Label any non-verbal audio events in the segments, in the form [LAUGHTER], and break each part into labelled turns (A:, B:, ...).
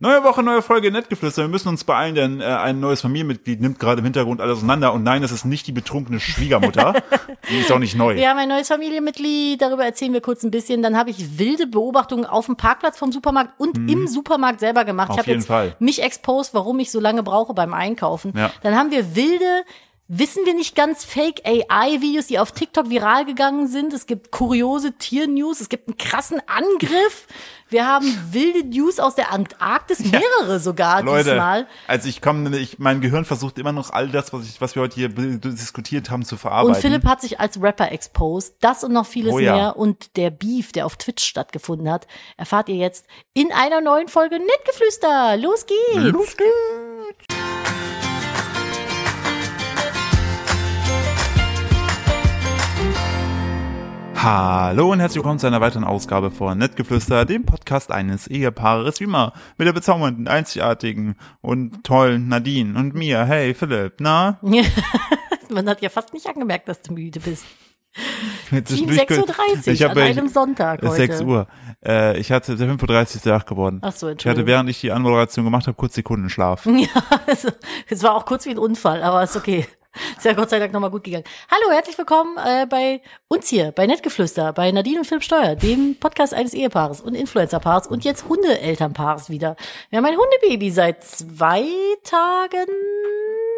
A: Neue Woche, neue Folge Nettgeflüster. Wir müssen uns beeilen, denn äh, ein neues Familienmitglied nimmt gerade im Hintergrund alles auseinander. Und nein, es ist nicht die betrunkene
B: [LAUGHS]
A: Schwiegermutter. die ist auch nicht neu.
B: Wir haben ein neues Familienmitglied, darüber erzählen wir kurz ein bisschen. Dann habe ich wilde Beobachtungen auf dem Parkplatz vom Supermarkt und im Supermarkt selber gemacht.
A: Mhm. Auf
B: ich habe
A: jeden
B: jetzt
A: Fall.
B: mich exposed, warum ich so lange brauche beim Einkaufen.
A: Ja.
B: Dann haben wir wilde, wissen wir nicht ganz, Fake AI-Videos, die auf TikTok viral gegangen sind. Es gibt kuriose Tier-News, es gibt einen krassen Angriff. Wir haben wilde News aus der Antarktis, mehrere sogar diesmal.
A: Leute, also ich komme, ich, mein Gehirn versucht immer noch all das, was, ich, was wir heute hier be- diskutiert haben, zu verarbeiten.
B: Und Philipp hat sich als Rapper exposed. Das und noch vieles
A: Oh ja.
B: mehr. Und der Beef, der auf Twitch stattgefunden hat, erfahrt ihr jetzt in einer neuen Folge Nettgeflüster. Los geht's!
A: Los geht's. Hallo und herzlich willkommen zu einer weiteren Ausgabe von Nettgeflüster, dem Podcast eines Ehepaares, wie immer, mit der bezaubernden, einzigartigen und tollen Nadine und mir. Hey Philipp, na?
B: [LAUGHS] Man hat ja fast nicht angemerkt, dass du müde bist.
A: Jetzt ist
B: Team
A: durch-
B: 6.30
A: ich hab,
B: an einem Sonntag
A: Es ist
B: heute.
A: 6 Uhr. Äh, ich hatte 5.30 Uhr wach geworden.
B: Ach so,
A: Ich hatte,
B: Entschuldigung.
A: während ich die Anmoderation gemacht habe, kurz Sekundenschlaf.
B: [LAUGHS] Ja, also, es war auch kurz wie ein Unfall, aber ist okay. Ist ja Gott sei Dank nochmal gut gegangen. Hallo, herzlich willkommen äh, bei uns hier, bei Nettgeflüster, bei Nadine und Philipp Steuer, dem Podcast eines Ehepaares und Influencerpaares und jetzt Hundeelternpaares wieder. Wir haben ein Hundebaby seit zwei Tagen,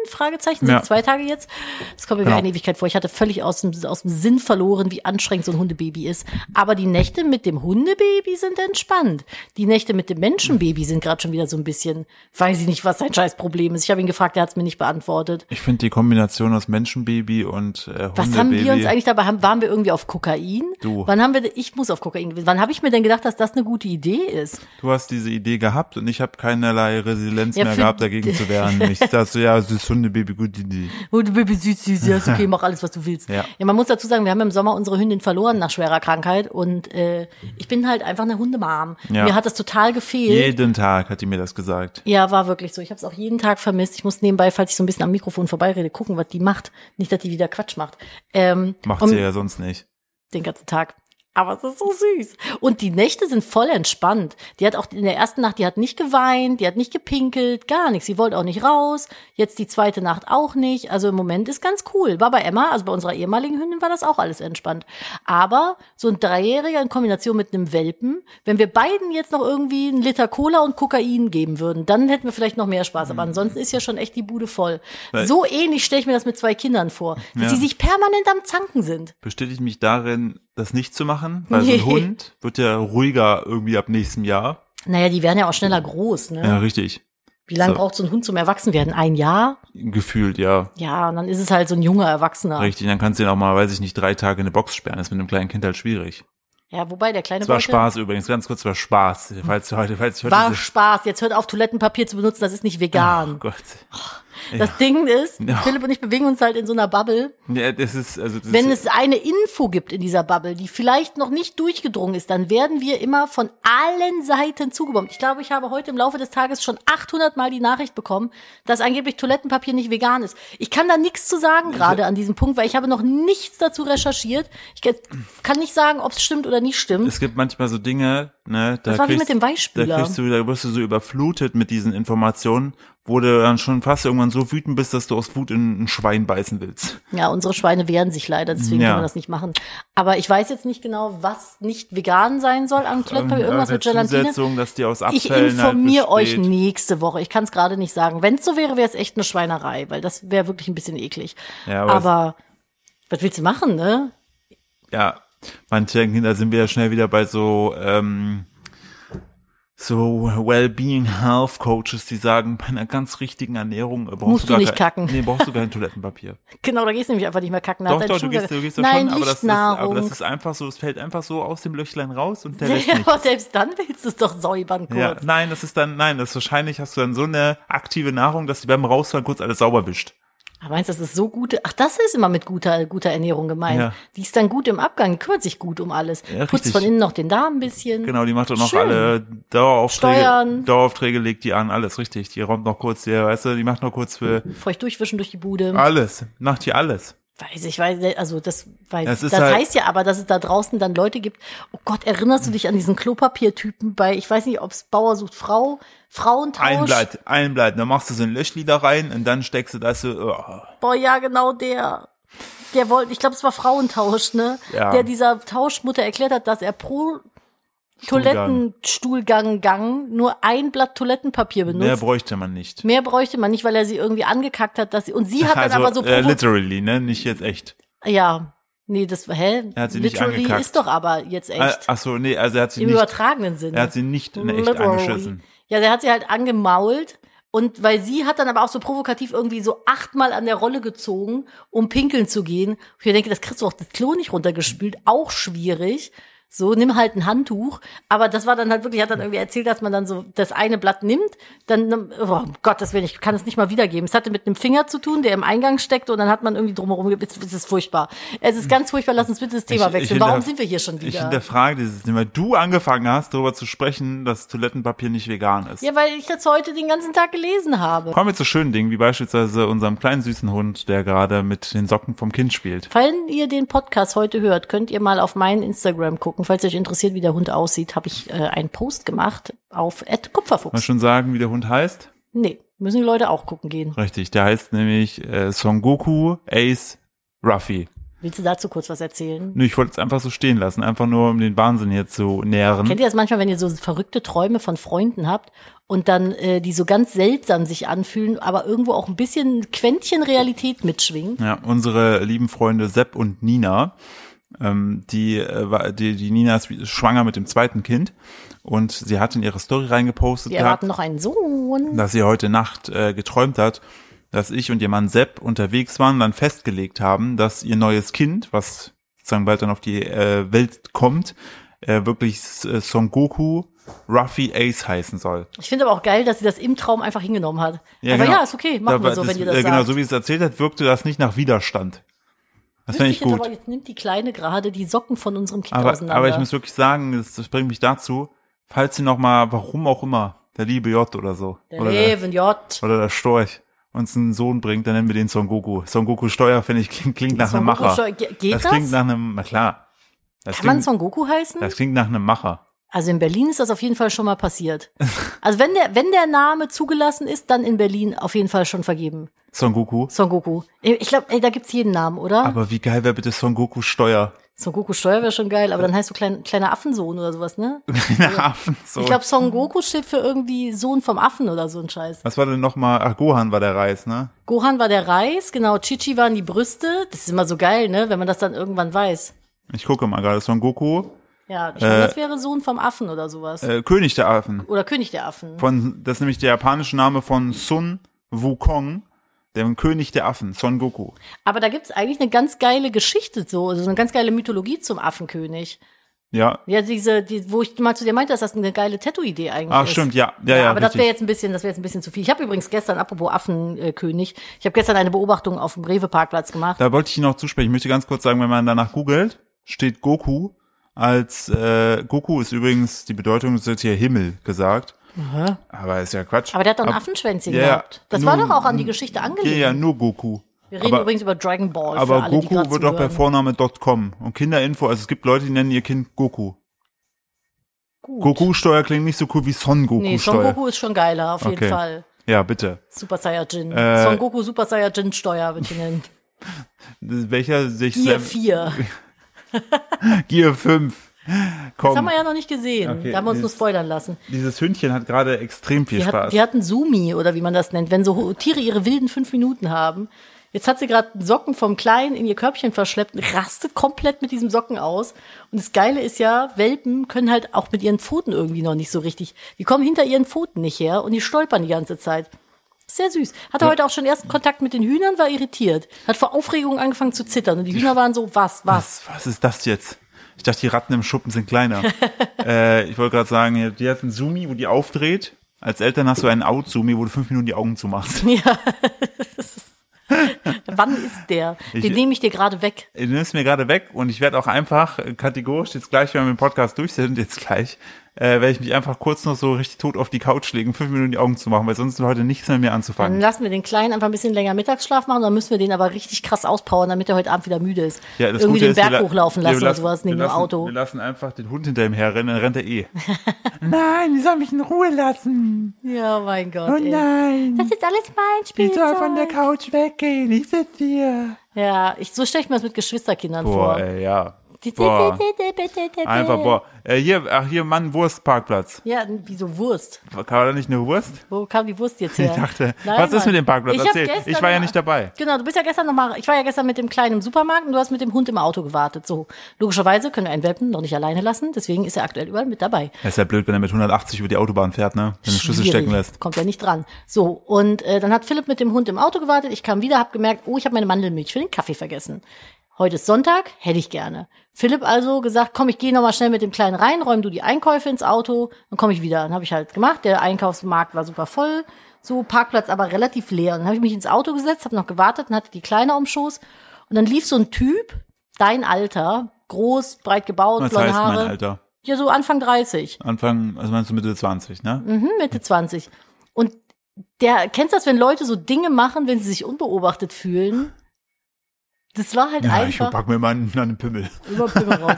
B: Fragezeichen, sind
A: Ja.
B: es zwei Tage jetzt. Das kommt mir
A: Genau.
B: wie eine Ewigkeit vor. Ich hatte völlig aus dem, aus dem Sinn verloren, wie anstrengend so ein Hundebaby ist. Aber die Nächte mit dem Hundebaby sind entspannt. Die Nächte mit dem Menschenbaby sind gerade schon wieder so ein bisschen, weiß ich nicht, was sein scheiß Problem ist. Ich habe ihn gefragt, er hat es mir nicht beantwortet.
A: Ich finde die Kombination aus Menschenbaby und äh, Hundebaby.
B: Was haben wir uns eigentlich dabei, haben, waren wir irgendwie auf Kokain?
A: Du.
B: Wann haben wir, ich muss auf Kokain gewesen. Wann habe ich mir denn gedacht, dass das eine gute Idee ist?
A: Du hast diese Idee gehabt und ich habe keinerlei Resilienz
B: Ja,
A: mehr
B: für-
A: gehabt, dagegen zu
B: [LAUGHS]
A: wehren. Ich dachte so, ja, das Hundebaby, gute Idee.
B: Hundebaby Oh, süß,
A: [LAUGHS]
B: süß, ja, ist okay, mach alles, was du willst.
A: Ja.
B: ja, man muss dazu sagen, wir haben im Sommer unsere Hündin verloren nach schwerer Krankheit und äh, ich bin halt einfach eine Hundemarm.
A: Ja.
B: Mir hat das total gefehlt.
A: Jeden Tag hat die mir das gesagt.
B: Ja, war wirklich so. Ich habe es auch jeden Tag vermisst. Ich muss nebenbei, falls ich so ein bisschen am Mikrofon vorbeirede, gucken, was die macht. Nicht, dass die wieder Quatsch macht. Ähm,
A: Macht
B: um-
A: sie ja sonst nicht.
B: Den ganzen Tag. Aber es ist so süß. Und die Nächte sind voll entspannt. Die hat auch in der ersten Nacht, die hat nicht geweint, die hat nicht gepinkelt, gar nichts. Sie wollte auch nicht raus. Jetzt die zweite Nacht auch nicht. Also im Moment ist ganz cool. War bei Emma, also bei unserer ehemaligen Hündin, war das auch alles entspannt. Aber so ein Dreijähriger in Kombination mit einem Welpen, wenn wir beiden jetzt noch irgendwie einen Liter Cola und Kokain geben würden, dann hätten wir vielleicht noch mehr Spaß. Aber ansonsten ist ja schon echt die Bude voll.
A: Mhm. Weil-
B: So ähnlich stelle ich mir das mit zwei Kindern vor, dass
A: Ja.
B: die sich permanent am Zanken sind.
A: Bestätigt mich darin, das nicht zu machen, weil so
B: [LAUGHS] Nee.
A: ein Hund wird ja ruhiger irgendwie ab nächstem Jahr.
B: Naja, die werden ja auch schneller groß, ne?
A: Ja, richtig.
B: Wie lange
A: so.
B: braucht so ein Hund zum Erwachsenwerden? Ein Jahr?
A: Gefühlt, ja.
B: Ja, und dann ist es halt so ein junger Erwachsener.
A: Richtig, dann kannst du ihn auch mal, weiß ich nicht, drei Tage in eine Box sperren. Das ist mit einem kleinen Kind halt schwierig.
B: Ja, wobei der kleine
A: Es war
B: wollte-
A: Spaß übrigens, ganz kurz, es war Spaß. Falls du heute, falls ich heute
B: War
A: diese-
B: Spaß. Jetzt hört auf, Toilettenpapier zu benutzen, das ist nicht
A: Ach
B: vegan.
A: Gott.
B: das Ding ist,
A: Ja.
B: Philipp und ich bewegen uns halt in so einer Bubble.
A: Ja, das ist, also, das
B: Wenn
A: ist,
B: es eine Info gibt in dieser Bubble, die vielleicht noch nicht durchgedrungen ist, dann werden wir immer von allen Seiten zugebombt. Ich glaube, ich habe heute im Laufe des Tages schon 800 Mal die Nachricht bekommen, dass angeblich Toilettenpapier nicht vegan ist. Ich kann da nichts zu sagen gerade an diesem Punkt, weil ich habe noch nichts dazu recherchiert. Ich ke- kann nicht sagen, ob es stimmt oder nicht stimmt.
A: es gibt manchmal so Dinge, ne, da
B: Das war wie
A: kriegst,
B: mit dem Weichspüler.
A: Da kriegst du, da wirst du so überflutet mit diesen Informationen, wo du dann schon fast irgendwann so wütend bist, dass du aus Wut in ein Schwein beißen willst.
B: Ja, unsere Schweine wehren sich leider, deswegen
A: Ja.
B: kann man das nicht machen. Aber ich weiß jetzt nicht genau, was nicht vegan sein soll am
A: ähm,
B: Toilettenpapier. Irgendwas mit
A: Irgendeine
B: Gelatine.
A: Zusetzung, dass die aus
B: Ich
A: Abfällen
B: informiere
A: halt
B: euch
A: besteht.
B: nächste Woche. Ich kann es gerade nicht sagen. Wenn es so wäre, wäre es echt eine Schweinerei, weil das wäre wirklich ein bisschen eklig.
A: Ja,
B: aber
A: aber
B: was willst du machen, ne?
A: Ja, manche Kinder sind wir ja schnell wieder bei so, ähm, so Wellbeing Health Coaches, die sagen, bei einer ganz richtigen Ernährung äh, brauchst
B: Musst du
A: gar
B: nicht
A: kein,
B: kacken.
A: Nee, brauchst du kein
B: [LAUGHS]
A: Toilettenpapier.
B: Genau, da gehst du nämlich einfach nicht mehr kacken. Da hat
A: doch,
B: dein
A: doch, du
B: Schuh
A: gehst,
B: gesagt,
A: du gehst da
B: Nein,
A: schon, aber das, ist, aber das
B: Lichtnahrung.
A: ist einfach so, es fällt einfach so aus dem Löchlein raus und der Rest
B: [LAUGHS] ja, oh
A: nicht.
B: aber selbst dann willst du es doch säubern kurz.
A: Ja, nein, das ist dann, nein, das ist wahrscheinlich hast du dann so eine aktive Nahrung, dass die beim Rausfahren kurz alles sauber wischt.
B: Aber meinst du, das ist so gute? Ach, das ist immer mit guter, guter Ernährung gemeint.
A: Ja.
B: Die ist dann gut im Abgang, die kümmert sich gut um alles.
A: Ja,
B: Putzt
A: richtig.
B: von innen noch den Darm ein bisschen.
A: Genau, die macht auch noch
B: Schön.
A: alle Daueraufträge,
B: Steuern.
A: Daueraufträge legt die an, alles richtig. Die räumt noch kurz, die, weißt du, die macht noch kurz für
B: Hm? Feucht durchwischen durch die Bude.
A: alles, macht hier alles.
B: Weiß ich, weiß, nicht, also das, weiß,
A: Es
B: das,
A: ist halt-
B: heißt ja aber, dass es da draußen dann Leute gibt. Oh Gott, erinnerst du dich an diesen Klopapiertypen bei, ich weiß nicht, ob's Bauer sucht Frau, Frauentausch?
A: Ein Blatt, ein Blatt. Dann machst du so ein Löchli da rein und dann steckst du das so. Oh.
B: Boah, ja, genau der. Der wollte, ich glaube, es war Frauentausch, ne?
A: Ja.
B: Der dieser Tauschmutter erklärt hat, dass er pro Toilettenstuhlgang Gang nur ein Blatt Toilettenpapier benutzt.
A: Mehr
B: Mehr,
A: bräuchte man nicht.
B: bräuchte man nicht, weil er sie irgendwie angekackt hat, dass sie und sie hat
A: also,
B: dann aber so
A: äh,
B: provo-
A: literally, ne? Nicht jetzt echt.
B: ja, nee, das hä?
A: Er hat sie nicht
B: Literally
A: angekackt.
B: ist doch aber jetzt
A: Äh,
B: echt
A: ach so, nee, also er hat sie
B: im
A: nicht,
B: übertragenen Sinne.
A: er hat sie nicht in echt
B: Literally.
A: angeschissen.
B: Ja, der hat sie halt angemault. Und weil sie hat dann aber auch so provokativ irgendwie so achtmal an der Rolle gezogen, um pinkeln zu gehen. Und ich denke, das kriegst du auch das Klo nicht runtergespült. Auch schwierig. So, nimm halt ein Handtuch. Aber das war dann halt wirklich, hat dann irgendwie erzählt, dass man dann so das eine Blatt nimmt. Dann, oh Gott, das will ich, kann es nicht mal wiedergeben. Es hatte mit einem Finger zu tun, der im Eingang steckte und dann hat man irgendwie drumherum, ge- es es ist furchtbar. Es ist ganz furchtbar, lass uns bitte das
A: Hm.
B: Thema
A: ich
B: wechseln.
A: hinter-
B: Warum sind wir hier schon wieder?
A: Ich hinterfrage dieses Thema. Du angefangen hast, darüber zu sprechen, dass Toilettenpapier nicht vegan ist.
B: ja, weil ich das heute den ganzen Tag gelesen habe.
A: Kommen wir zu schönen Dingen, wie beispielsweise unserem kleinen süßen Hund, der gerade mit den Socken vom Kind spielt.
B: Falls ihr den Podcast heute hört, könnt ihr mal auf meinen Instagram gucken. Falls euch interessiert, wie der Hund aussieht, habe ich äh, einen Post gemacht auf
A: Mal
B: @kupferfuchs.
A: schon sagen, wie der Hund heißt?
B: Nee, müssen die Leute auch gucken gehen.
A: Richtig, der heißt nämlich äh, Son Goku Ace Ruffy.
B: Willst du dazu kurz was erzählen?
A: Nö, ich wollte es einfach so stehen lassen, einfach nur um den Wahnsinn hier zu nähren.
B: Kennt ihr das manchmal, wenn ihr so verrückte Träume von Freunden habt und dann äh, die so ganz seltsam sich anfühlen, aber irgendwo auch ein bisschen ein Quäntchen Realität mitschwingen?
A: Ja, unsere lieben Freunde Sepp und Nina, ähm, die, äh, war- die, die Nina ist schwanger mit dem zweiten Kind und sie hat in ihre Story reingepostet
B: Wir
A: gehabt,
B: erwarten noch einen Sohn.
A: dass sie heute Nacht äh, geträumt hat, dass ich und ihr Mann Sepp unterwegs waren, dann festgelegt haben, dass ihr neues Kind, was sozusagen bald dann auf die äh, Welt kommt, äh, wirklich äh, Son Goku Ruffy Ace heißen soll.
B: Ich finde aber auch geil, dass sie das im Traum einfach hingenommen hat. aber ja, ist okay, machen
A: genau. war
B: wir so,
A: das-
B: wenn ihr das
A: äh, Genau,
B: sagt.
A: so wie es erzählt hat, wirkte das nicht nach Widerstand. Das finde ich
B: Wüsste jetzt
A: gut.
B: Aber jetzt nimmt die Kleine gerade die Socken von unserem Kind
A: Aber,
B: auseinander.
A: aber ich muss wirklich sagen, das, das bringt mich dazu, falls sie noch mal, warum auch immer, der liebe J oder so,
B: der
A: oder, der,
B: Leven J.
A: oder der Storch uns einen Sohn bringt, dann nennen wir den Son Goku. Son Goku Steuer, finde ich, klingt, klingt nach
B: Son
A: einem
B: Goku
A: Macher.
B: Steuer- Ge- geht
A: das,
B: das?
A: klingt nach einem, na klar. Das
B: Kann man
A: klingt,
B: Son Goku heißen?
A: das klingt nach einem Macher.
B: Also in Berlin ist das auf jeden Fall schon
A: [LAUGHS]
B: mal passiert. Also wenn der, wenn der Name zugelassen ist, dann in Berlin auf jeden Fall schon vergeben.
A: Son Goku.
B: Son Goku. Ich glaube, da gibt's jeden Namen, oder?
A: Aber wie geil wäre bitte Son Goku Steuer?
B: Son Goku Steuer wäre schon geil, aber dann heißt du klein, kleiner Affensohn oder sowas, ne?
A: Kleiner Affen. So.
B: Ich glaube, Son Goku steht für irgendwie Sohn vom Affen oder so ein Scheiß.
A: Was war denn nochmal? Ach, Gohan war der Reis, ne?
B: Gohan war der Reis, genau, Chichi waren die Brüste. Das ist immer so geil, ne? Wenn man das dann irgendwann weiß.
A: Ich gucke mal gerade. Son Goku,
B: Ja, ich meine, das wäre Sohn vom Affen oder sowas.
A: äh, König der Affen.
B: oder König der Affen.
A: Von, das ist nämlich der japanische Name von Sun Wukong, dem König der Affen, Son Goku.
B: Aber da gibt's eigentlich eine ganz geile Geschichte so, also eine ganz geile Mythologie zum Affenkönig.
A: Ja.
B: Ja, diese, die, wo ich mal zu dir meinte, dass das eine geile Tattoo-Idee eigentlich
A: Ach,
B: ist.
A: Ah, stimmt, ja. Ja, ja,
B: aber das
A: richtig.
B: wäre jetzt ein bisschen, das wäre jetzt ein bisschen zu viel. Ich habe übrigens gestern, apropos Affenkönig, ich habe gestern eine Beobachtung auf dem Rewe-Parkplatz gemacht.
A: Da wollte ich Ihnen noch zusprechen. Ich möchte ganz kurz sagen, wenn man danach googelt, steht Goku als äh, Goku ist übrigens die Bedeutung es wird hier Himmel gesagt. Aber ist ja Quatsch.
B: aber der hat doch ein
A: Ab-
B: Affenschwänzchen
A: Ja, ja.
B: gehabt. Das
A: Nur-
B: war doch auch an die Geschichte
A: Ja,
B: angelegt.
A: ja, nur Goku.
B: Wir reden
A: aber,
B: übrigens über Dragon Ball für
A: aber
B: alle, die
A: Goku
B: gerade
A: wird auch bei
B: zuhören.
A: Vorname.com und Kinderinfo, also es gibt Leute, die nennen ihr Kind Goku.
B: Gut.
A: Goku Steuer klingt nicht so cool wie Son Goku
B: Nee, Son
A: Steuer.
B: Goku ist schon geiler, auf jeden
A: Okay.
B: Fall.
A: Ja, bitte.
B: Super Saiyajin.
A: Äh,
B: Son Goku Super Saiyajin Steuer würde
A: [LAUGHS]
B: ich nennen.
A: Welcher sich
B: Gear
A: selbst-
B: 4.
A: Gear 5.
B: Das haben
A: Komm,
B: wir ja noch nicht gesehen.
A: Okay,
B: da haben wir uns nur
A: dieses-
B: spoilern lassen.
A: dieses Hündchen hat gerade extrem viel
B: Die,
A: Spaß.
B: hat, die hatten Sumi oder wie man das nennt, wenn so ho- Tiere ihre wilden fünf Minuten haben. Jetzt hat sie gerade Socken vom Kleinen in ihr Körbchen verschleppt, und rastet komplett mit diesem Socken aus. Und das Geile ist ja, Welpen können halt auch mit ihren Pfoten irgendwie noch nicht so richtig. Die kommen hinter ihren Pfoten nicht her und die stolpern die ganze Zeit. Sehr süß. Hatte heute auch schon ersten Kontakt mit den Hühnern, war irritiert. Hat vor Aufregung angefangen zu zittern. Und die Hühner waren so, was, was?
A: Was, was ist das jetzt? Ich dachte, die Ratten im Schuppen sind
B: [LAUGHS]
A: kleiner. äh, ich wollte gerade sagen, hier, die hat einen Zoomi, wo die aufdreht. Als Eltern hast du einen Out-Zoomi, wo du fünf Minuten die Augen zumachst.
B: Ja. Wann ist der? Den
A: Ich-
B: nehme ich dir gerade weg.
A: Du nimmst mir gerade weg und ich werde auch einfach äh, kategorisch jetzt gleich, wenn wir den Podcast durch sind, jetzt gleich äh, werde ich mich einfach kurz noch so richtig tot auf die Couch legen, fünf Minuten die Augen zu machen, weil sonst ist heute nichts mehr mit mir
B: Dann
A: anzufangen.
B: lassen wir den Kleinen einfach ein bisschen länger Mittagsschlaf machen, dann müssen wir den aber richtig krass auspowern, damit er heute Abend wieder müde ist.
A: Ja, das Gute
B: Irgendwie den
A: ist, wir
B: Berg
A: la-
B: hochlaufen
A: wir
B: lassen oder sowas neben
A: wir
B: dem
A: lassen-
B: Auto.
A: Wir lassen einfach den Hund hinter ihm herrennen, dann rennt er
B: [LAUGHS]
A: eh. nein, die soll mich in Ruhe lassen.
B: Ja, mein Gott.
A: Oh
B: ey.
A: nein.
B: Das ist alles mein
A: Die soll
B: Spielzeug.
A: von der Couch weggehen. Ich sitze hier.
B: ja, ich, so stelle ich mir das mit Geschwisterkindern
A: Boah,
B: vor.
A: ey, ja.
B: Die-
A: Boah. Einfach,
B: Einfach,
A: boah. Äh, hier, ach, hier, Mann, Wurstparkplatz.
B: Ja, wieso Wurst?
A: War da nicht eine Wurst?
B: Wo kam die Wurst jetzt her?
A: Ich dachte, was ist mit dem Parkplatz?
B: hab
A: Erzähl,
B: gestern
A: ich war ja
B: noch-
A: nicht
B: [LAUGHS]
A: dabei.
B: Genau, du bist ja gestern noch mal, ich war ja gestern mit dem Kleinen im Supermarkt und du hast mit dem Hund im Auto gewartet. So, logischerweise können wir einen Welpen noch nicht alleine lassen, deswegen ist er aktuell überall mit dabei.
A: Das ist ja blöd, wenn er mit 180 über die Autobahn fährt, ne? Wenn er Schlüssel
B: Schwierig.
A: stecken lässt.
B: Kommt ja nicht dran. So, und äh, dann hat Philipp mit dem Hund im Auto gewartet. Ich kam wieder, hab gemerkt, oh, ich habe meine Mandelmilch für den Kaffee vergessen. Heute ist Sonntag, hätte ich gerne. Philipp also gesagt, komm, ich gehe nochmal schnell mit dem Kleinen rein, räum du die Einkäufe ins Auto, dann komme ich wieder. Dann habe ich halt gemacht, der Einkaufsmarkt war super voll, so Parkplatz aber relativ leer. Und dann habe ich mich ins Auto gesetzt, habe noch gewartet und hatte die Kleine am Schoß. Und dann lief so ein Typ, dein Alter, groß, breit gebaut,
A: Was
B: blonde
A: heißt
B: Haare.
A: mein Alter?
B: Ja, so Anfang 30.
A: Anfang, also meinst du Mitte 20, ne?
B: Mhm, Mitte 20. Und der, kennst du das, wenn Leute so Dinge machen, wenn sie sich unbeobachtet fühlen? Das war halt
A: Ja, ich
B: einfach
A: pack mir mal einen, einen Pimmel.
B: über Pimmel
A: [LAUGHS]
B: raus.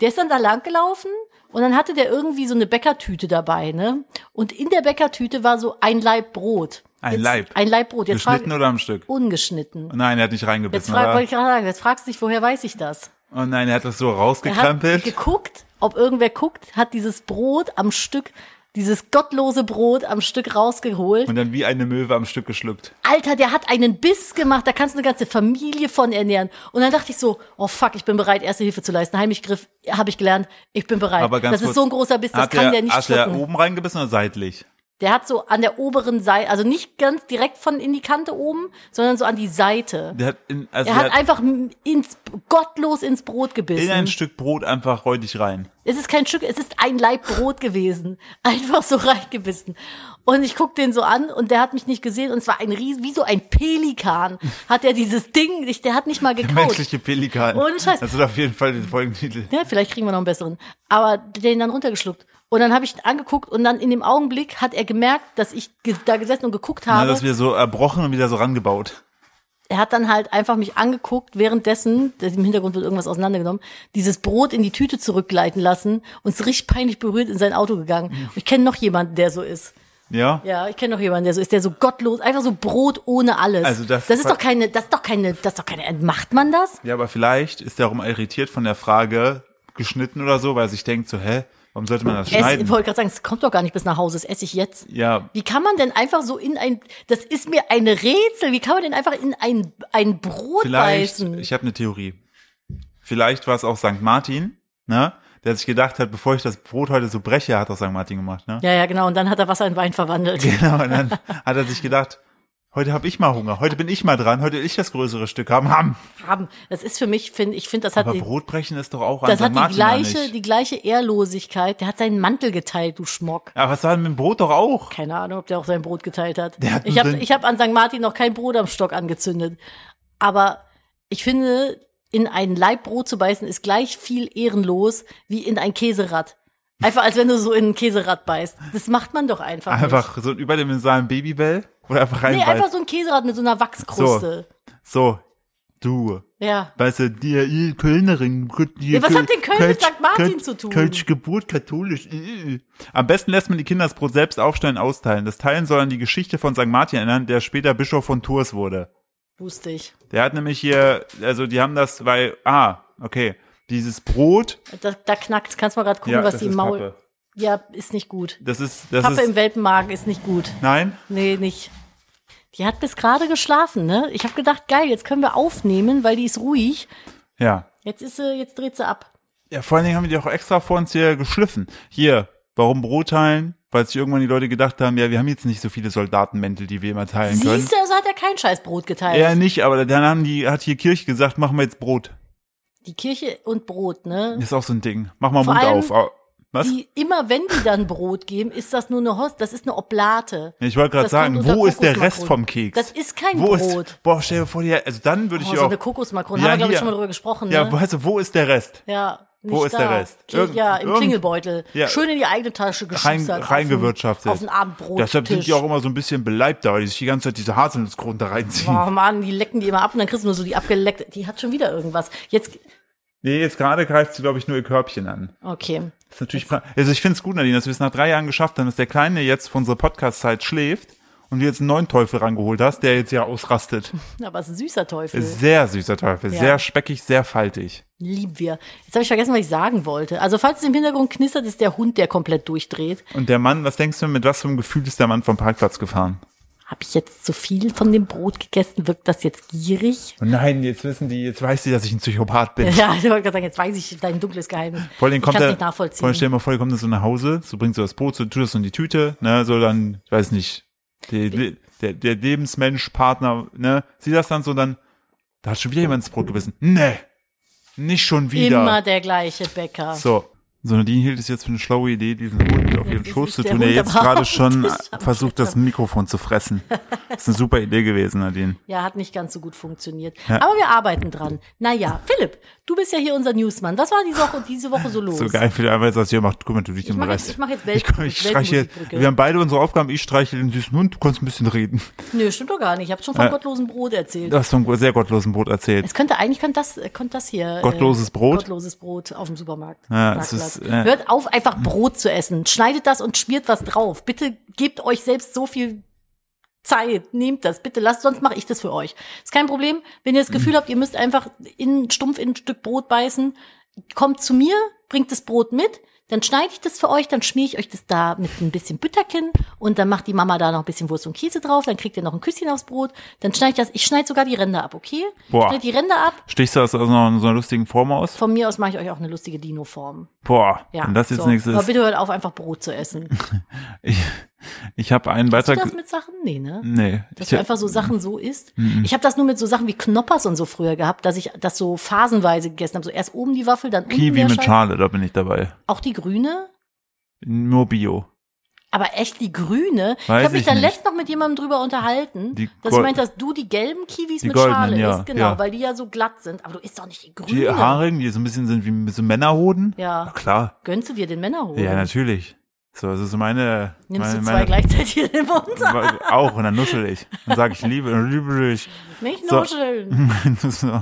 B: Der ist dann da lang gelaufen und dann hatte der irgendwie so eine Bäckertüte dabei, ne? Und in der Bäckertüte war so ein Laib Brot.
A: Ein
B: jetzt,
A: Laib?
B: Ein Laib Brot. Jetzt frag,
A: Geschnitten oder am Stück?
B: ungeschnitten.
A: Nein, er hat nicht
B: Jetzt
A: reingebissen,
B: frag, wollte
A: oder?
B: ich gerade sagen, jetzt fragst du dich, woher weiß ich das?
A: Oh nein, er hat das so
B: Er hat
A: rausgekrempelt.
B: geguckt, ob irgendwer guckt, hat dieses Brot am Stück, dieses gottlose Brot am Stück rausgeholt.
A: Und dann wie eine Möwe am Stück geschluckt.
B: Alter, der hat einen Biss gemacht, da kannst du eine ganze Familie von ernähren. Und dann dachte ich so, oh fuck, ich bin bereit, erste Hilfe zu leisten. Heimlichgriff, habe ich gelernt, ich bin bereit.
A: Aber ganz
B: das
A: kurz,
B: ist so ein großer Biss, das
A: hat
B: kann
A: er,
B: der nicht
A: Hat er
B: schlucken.
A: oben reingebissen oder seitlich?
B: Der hat so an der oberen Seite, also nicht ganz direkt von in die Kante oben, sondern so an die Seite.
A: Der hat, in, also
B: Er
A: der
B: hat einfach ins, gottlos ins Brot
A: in ein
B: gebissen.
A: Stück Brot einfach räudig rein.
B: Es ist kein Stück, es ist ein Laib Brot gewesen. [LAUGHS] Einfach so reingebissen. Und ich guck den so an und der hat mich nicht gesehen und es war ein Riesen, wie so ein Pelikan hat er dieses Ding, ich- der hat nicht mal gekaut.
A: Menschliche Pelikan.
B: Ohne Scheiß.
A: Das ist auf jeden Fall den Folgentitel.
B: Ja, vielleicht kriegen wir noch einen besseren. Aber den dann runtergeschluckt. Und dann habe ich ihn angeguckt und dann in dem Augenblick hat er gemerkt, dass ich ge- da gesessen und geguckt
A: Na,
B: habe.
A: das wir so erbrochen und wieder so rangebaut.
B: er hat dann halt einfach mich angeguckt, währenddessen, das- im Hintergrund wird irgendwas auseinandergenommen, dieses Brot in die Tüte zurückgleiten lassen und ist richtig peinlich berührt in sein Auto gegangen. Und ich kenne noch jemanden, der so ist.
A: Ja?
B: Ja, ich kenne noch jemanden, der so ist, der so gottlos, einfach so Brot ohne alles.
A: Also das-
B: das ist doch keine, das ist doch keine, das ist doch keine, macht man das?
A: Ja, aber vielleicht ist er auch mal irritiert von der Frage, geschnitten oder so, weil er sich denkt so, hä, warum sollte man das
B: Es, ich
A: schneiden?
B: wollte gerade sagen, es kommt doch gar nicht bis nach Hause, das esse ich jetzt.
A: Ja,
B: Wie kann man denn einfach so in ein, das ist mir ein Rätsel, wie kann man denn einfach in ein, ein Brot
A: vielleicht,
B: beißen?
A: ich habe eine Theorie. Vielleicht war es auch St. Martin, ne? Der sich gedacht hat, bevor ich das Brot heute so breche, hat auch St. Martin gemacht, ne?
B: Ja, ja, genau, und dann hat er Wasser in Wein verwandelt.
A: Genau, und dann hat er sich gedacht, heute habe ich mal Hunger, heute bin ich mal dran, heute will ich das größere Stück haben. Ham.
B: Haben. Das ist für mich, finde ich, finde, das hat
A: Aber
B: die,
A: Brotbrechen ist doch auch an
B: das
A: St.
B: hat die
A: Martin an
B: gleiche,
A: nicht.
B: die gleiche Ehrlosigkeit. Der hat seinen Mantel geteilt, du Schmock.
A: Aber was war denn mit dem Brot doch auch?
B: Keine Ahnung, ob der auch sein Brot geteilt hat.
A: Der hat
B: ich
A: nur
B: habe
A: sein-
B: ich hab an St. Martin noch kein Brot am Stock angezündet. Aber ich finde, in ein Leibbrot zu beißen ist gleich viel ehrenlos wie in ein Käserad. Einfach als wenn du so in ein Käserad beißt. Das macht man doch einfach.
A: Einfach so ein überdimensionalen Babybell oder einfach
B: Nicht. Nee,
A: reinbeißen.
B: einfach so ein Käserad mit so einer Wachskruste.
A: so, du,
B: Ja.
A: Weißt du, die, die Kölnerin. Die
B: Ja, was hat denn Köln mit St. Martin
A: Köln,
B: zu tun?
A: Kölsch Geburt, katholisch. äh. Am besten lässt man die Kinder das Brot selbst aufstellen, austeilen. Das Teilen soll an die Geschichte von St. Martin erinnern, der später Bischof von Tours wurde.
B: Wusste ich.
A: Der hat nämlich hier, also die haben das, weil, ah, okay, dieses Brot.
B: Da, da knackt. Kannst mal gerade gucken,
A: ja,
B: was
A: das
B: die
A: ist
B: im Maul.
A: Pappe.
B: Ja, ist nicht gut.
A: Das ist, das
B: Pappe im
A: ist,
B: Welpenmagen ist nicht gut.
A: nein,
B: Nee, nicht. Die hat bis gerade geschlafen, ne? Ich habe gedacht, geil, jetzt können wir aufnehmen, weil die ist ruhig.
A: ja.
B: Jetzt ist sie, jetzt dreht sie ab.
A: Ja, vor allen Dingen haben wir die auch extra vor uns hier geschliffen. Hier, warum Brot teilen? Weil sich irgendwann die Leute gedacht haben, ja, wir haben jetzt nicht so viele Soldatenmäntel, die wir immer teilen können.
B: Siehst du, also hat er kein scheiß Brot geteilt.
A: Eher nicht, aber dann haben die, hat hier Kirche gesagt, machen wir jetzt Brot.
B: Die Kirche und Brot, ne?
A: Das ist auch so ein Ding. Mach mal
B: Vor
A: Mund
B: allem
A: auf. Au. Was?
B: Die, immer wenn die dann Brot geben, ist das nur eine Host, das ist eine Oblate.
A: ich wollte gerade
B: das kommt
A: sagen,
B: unter
A: wo ist der Rest
B: Kokosmakronen.
A: vom Keks?
B: Das ist kein
A: wo
B: Brot.
A: Ist, boah, stell dir vor, die, also dann würde
B: Oh,
A: ich
B: so
A: auch.
B: eine Kokosmakrone,
A: Ja,
B: haben wir, glaube
A: hier.
B: ich, schon mal drüber gesprochen,
A: ja,
B: ne?
A: weißt du, wo ist der Rest?
B: Ja, Nicht
A: Wo ist
B: da.
A: der Rest?
B: Kling,
A: Irgend-
B: ja, im
A: irgend-
B: Klingelbeutel.
A: Ja.
B: Schön in die eigene Tasche
A: Rein,
B: geschustert. auf dem-
A: reingewirtschaftet.
B: Auf den Abendbrot.
A: Deshalb sind die auch immer so ein bisschen beleibt da, weil die sich die ganze Zeit diese Haselnusskrone da reinziehen.
B: Oh Mann, die lecken die immer ab und dann kriegst du nur so die abgeleckt. Die hat schon wieder irgendwas. Jetzt,
A: Nee, jetzt gerade greift sie, glaube ich, nur ihr Körbchen an.
B: okay.
A: Das ist natürlich, pra- also ich finde es gut, Nadine, dass wir es nach drei Jahren geschafft haben, dass der Kleine jetzt von unserer Podcast-Zeit schläft und du jetzt einen neuen Teufel rangeholt hast, der jetzt ja ausrastet. Mhm.
B: Aber es ist ein süßer Teufel.
A: Sehr süßer Teufel,
B: Ja.
A: sehr speckig, sehr faltig.
B: Lieben wir. Jetzt habe ich vergessen, was ich sagen wollte. Also, falls es im Hintergrund knistert, ist der Hund, der komplett durchdreht.
A: Und der Mann, was denkst du, mit was für einem Gefühl ist der Mann vom Parkplatz gefahren?
B: Habe ich jetzt zu viel von dem Brot gegessen? Wirkt das jetzt gierig? [LAUGHS]
A: Und Oh nein, jetzt wissen die, jetzt weiß sie, dass ich ein Psychopath bin.
B: Ja, ich wollte gerade sagen, jetzt weiß ich dein dunkles Geheimnis.
A: Vor allem kommt
B: ich kann's
A: er,
B: nicht nachvollziehen.
A: vor allem stell dir mal vor, der kommt dann so nach Hause, so bringt so das Brot, so tut das so in die Tüte, ne, so dann, ich weiß nicht, der, der, der Lebensmensch, Partner, ne, sieht das dann so, dann, da hat schon wieder jemand ins Brot gebissen. Ne, nicht schon wieder.
B: Immer der gleiche Bäcker.
A: So. So, Nadine hielt es jetzt für eine schlaue Idee, diesen Hund auf ihren
B: ist
A: Schoß zu
B: der
A: tun, der
B: Hund
A: jetzt
B: aber
A: gerade
B: auch [LAUGHS]
A: schon
B: nicht am
A: versucht, das Mikrofon zu fressen. Das ist eine super Idee gewesen, Nadine.
B: Ja, hat nicht ganz so gut funktioniert.
A: Ja.
B: Aber wir arbeiten dran. Naja, Philipp, du bist ja hier unser Newsman. Was war diese Woche, diese Woche so los?
A: [LAUGHS] So geil, wie du einfach sagst, hier, mach, guck mal, du dich
B: Ich
A: um den
B: mache jetzt,
A: Rest.
B: ich mach jetzt
A: Ich,
B: Welt,
A: komm, ich streiche, wir haben beide unsere Aufgaben, ich streiche den süßen Hund, du kannst ein bisschen reden.
B: Nö, stimmt doch gar nicht. Ich habe schon vom
A: Ja.
B: gottlosen Brot erzählt.
A: Du hast vom sehr gottlosen Brot erzählt.
B: Es könnte eigentlich könnte das äh, könnte das hier äh,
A: Gottloses Brot?
B: Gottloses Brot auf dem Supermarkt.
A: Ja,
B: Marktplatz.
A: es ist, äh,
B: Hört auf einfach Brot zu essen. Schneidet das und schmiert was drauf. Bitte gebt euch selbst so viel Zeit, nehmt das, bitte lasst, sonst mache ich das für euch. Ist kein Problem, wenn ihr das Gefühl habt, ihr müsst einfach in, stumpf in ein Stück Brot beißen, kommt zu mir, bringt das Brot mit, dann schneide ich das für euch, dann schmier ich euch das da mit ein bisschen Bütterkin und dann macht die Mama da noch ein bisschen Wurst und Käse drauf, dann kriegt ihr noch ein Küsschen aufs Brot, dann schneide ich das, ich schneide sogar die Ränder ab, okay?
A: Boah.
B: Schneid die Ränder ab,
A: Stichst du das aus noch in so einer lustigen Form aus?
B: von mir aus mache ich euch auch eine lustige Dino-Form.
A: Boah,
B: Ja,
A: wenn das jetzt
B: so.
A: nichts
B: Aber
A: ist.
B: bitte hört auf, einfach Brot zu essen.
A: [LAUGHS] Ich, ich habe einen
B: Hast du das
A: Beitrag.
B: mit Sachen? Nee, ne?
A: Nee. Mm.
B: Dass
A: ich, Mm,
B: du einfach so Sachen so isst. Ich habe das nur mit so Sachen wie Knoppers und so früher gehabt, dass ich das so phasenweise gegessen habe. So erst oben die Waffel, dann unten
A: Kiwi
B: der
A: mit
B: Scheiß.
A: Schale, da bin ich dabei.
B: Auch die grüne.
A: Nur Bio.
B: Aber echt die grüne.
A: Weiß
B: ich habe mich
A: ich
B: dann
A: nicht.
B: letztens noch mit jemandem drüber unterhalten,
A: Die
B: dass ich
A: Gold-
B: meinte, dass du die gelben Kiwis
A: Die
B: mit
A: goldenen,
B: Schale
A: ja,
B: isst. Genau,
A: ja.
B: weil die ja so glatt sind. Aber du isst doch nicht die grüne.
A: Die Haarigen, die so ein bisschen sind wie so Männerhoden?
B: Ja.
A: Na klar.
B: Gönnst du dir den Männerhoden?
A: Ja, natürlich. So, das ist meine.
B: Nimmst
A: meine,
B: du zwei
A: [LAUGHS]
B: gleichzeitig in den Mund?
A: gleich? Auch, und dann nuschel ich. Dann sage ich, liebe, liebe dich.
B: Nicht
A: So.
B: nuscheln.
A: [LAUGHS] so.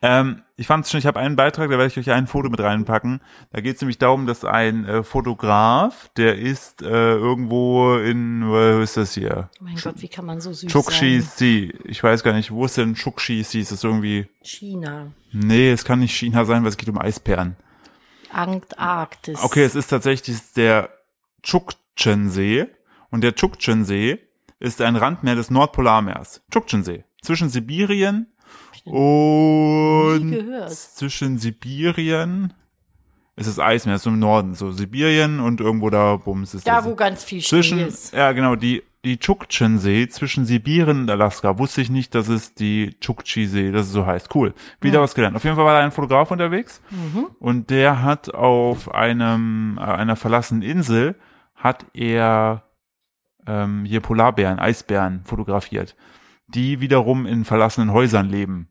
A: ähm, ich fand's schon, ich habe einen Beitrag, da werde ich euch ein Foto mit reinpacken. Da geht's nämlich darum, dass ein äh, Fotograf, der ist äh, irgendwo in, äh, wo ist das hier?
B: Mein Gott, wie kann man so süß sein?
A: Chukchi-Si. Ich weiß gar nicht, wo ist denn Chukchi-Si? Ist das irgendwie,
B: China.
A: nee, es kann nicht China sein, weil es geht um Eisbären.
B: Antarktis.
A: Okay, es ist tatsächlich der Chukchen-See. Und der Chukchen-See ist ein Randmeer des Nordpolarmeers. Chukchen-See. Zwischen Sibirien
B: nie
A: und
B: gehört.
A: zwischen Sibirien ist das Eismeer, ist so im Norden, so Sibirien und irgendwo da bums ist
B: Da,
A: das.
B: wo ganz viel Schnee
A: also zwischen,
B: ist.
A: ja genau, die, die Chukchen-See zwischen Sibirien und Alaska. Wusste ich nicht, dass es die Chukchi-See, dass es so heißt. Cool. Wieder was gelernt. Auf jeden Fall war da ein Fotograf unterwegs
B: Mhm.
A: und der hat auf einem, äh, einer verlassenen Insel hat er ähm, hier Polarbären, Eisbären fotografiert, die wiederum in verlassenen Häusern leben.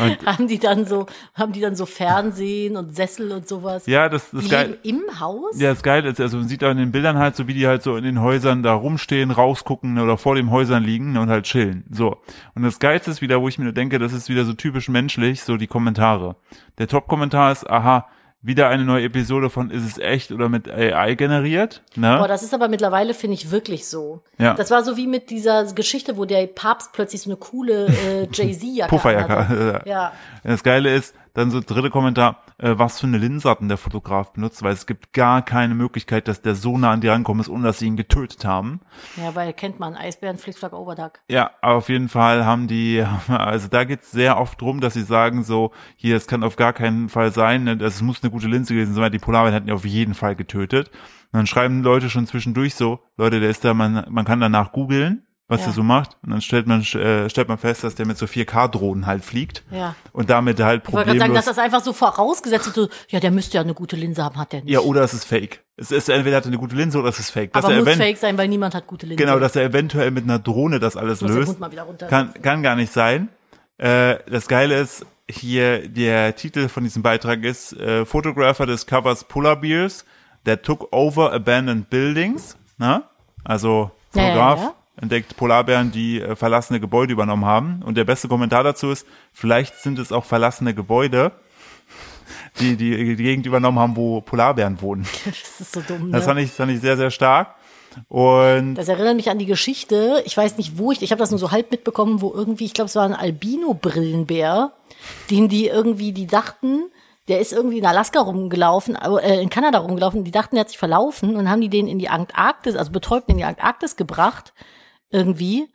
A: und,
B: [LAUGHS] Haben die dann so, haben die dann so Fernsehen und Sessel und sowas?
A: ja, das, das
B: die
A: ist geil.
B: leben im Haus?
A: Ja, das Geile ist, also man sieht da in den Bildern halt so, wie die halt so in den Häusern da rumstehen, rausgucken oder vor den Häusern liegen und halt chillen. So. Und das Geilste ist wieder, wo ich mir nur denke, das ist wieder so typisch menschlich, so die Kommentare. Der Top-Kommentar ist, aha, wieder eine neue Episode von Ist es echt oder mit AI generiert, ne?
B: Boah, das ist aber mittlerweile, finde ich, wirklich so.
A: Ja.
B: Das war so wie mit dieser Geschichte, wo der Papst plötzlich so eine
A: [LAUGHS]
B: coole äh, Jay-Z-Jacke
A: Pufferjacke.
B: anhatte. Ja.
A: Das Geile ist, dann so dritte Kommentar, äh, was für eine Linse hat denn der Fotograf benutzt, weil es gibt gar keine Möglichkeit, dass der so nah an die rankommen ist, ohne dass sie ihn getötet haben.
B: ja, weil kennt man Eisbären, Flickflack, Overduck.
A: Ja, auf jeden Fall haben die, [LAUGHS] also da geht's sehr oft drum, dass sie sagen so, hier, es kann auf gar keinen Fall sein, ne, das muss eine gute Linse gewesen sein, weil die Polarbären hätten die auf jeden Fall getötet. Und dann schreiben Leute schon zwischendurch so, Leute, der ist da, man, man kann danach googeln, was
B: Ja.
A: der so macht. Und dann stellt man, äh, stellt man fest, dass der mit so 4K-Drohnen halt fliegt.
B: Ja.
A: Und damit halt
B: Ich wollte gerade sagen,
A: problemlos.
B: dass das einfach so vorausgesetzt wird, so, ja, der müsste ja eine gute Linse haben, hat der nicht.
A: Ja, oder es ist fake. Es ist entweder hat er eine gute Linse oder es ist fake. Dass
B: aber
A: er
B: muss
A: event-
B: fake sein, weil niemand hat gute Linse.
A: Genau, dass er eventuell mit einer Drohne das alles
B: muss den
A: löst.
B: Hund mal wieder runter.
A: Kann, kann gar nicht sein. Äh, das Geile ist, hier der Titel von diesem Beitrag ist äh, Photographer discovers polar bears that took over abandoned buildings. Na? Also
B: Ja, ja,
A: Fotograf
B: ja.
A: entdeckt Polarbären, die äh, verlassene Gebäude übernommen haben. Und der beste Kommentar dazu ist, vielleicht sind es auch verlassene Gebäude, [LAUGHS] die die, die Gegend übernommen haben, wo Polarbären wohnen.
B: [LAUGHS] Das ist so dumm. Ne?
A: Das fand ich, das fand ich sehr, sehr stark. Und
B: Das erinnert mich an die Geschichte, ich weiß nicht wo, ich, ich habe das nur so halb mitbekommen, wo irgendwie, ich glaube, es war ein Albino-Brillenbär, den die irgendwie, die dachten, der ist irgendwie in Alaska rumgelaufen, äh, in Kanada rumgelaufen, die dachten, der hat sich verlaufen und haben die den in die Antarktis, also betäubten in die Antarktis gebracht, irgendwie.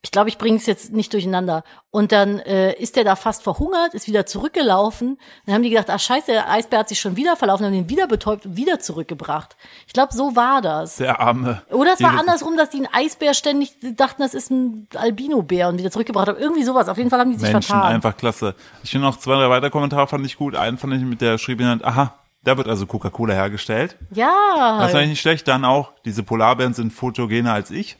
B: Ich glaube, ich bringe es jetzt nicht durcheinander. Und dann äh, ist der da fast verhungert, ist wieder zurückgelaufen. Dann haben die gedacht, ah scheiße, der Eisbär hat sich schon wieder verlaufen, haben den wieder betäubt und wieder zurückgebracht. Ich glaube, so war das.
A: der arme.
B: Oder es war
A: Jedes-
B: andersrum, dass die einen Eisbär ständig dachten, das ist ein Albino-Bär und wieder zurückgebracht haben. Irgendwie sowas. Auf jeden Fall haben die sich
A: Menschen
B: vertan.
A: einfach klasse. Ich finde noch zwei, drei weitere Kommentare fand ich gut. Einen fand ich mit der schrieb jemand, aha, da wird also Coca-Cola hergestellt.
B: Ja.
A: Das ist eigentlich nicht schlecht. Dann auch, diese Polarbären sind fotogener als ich.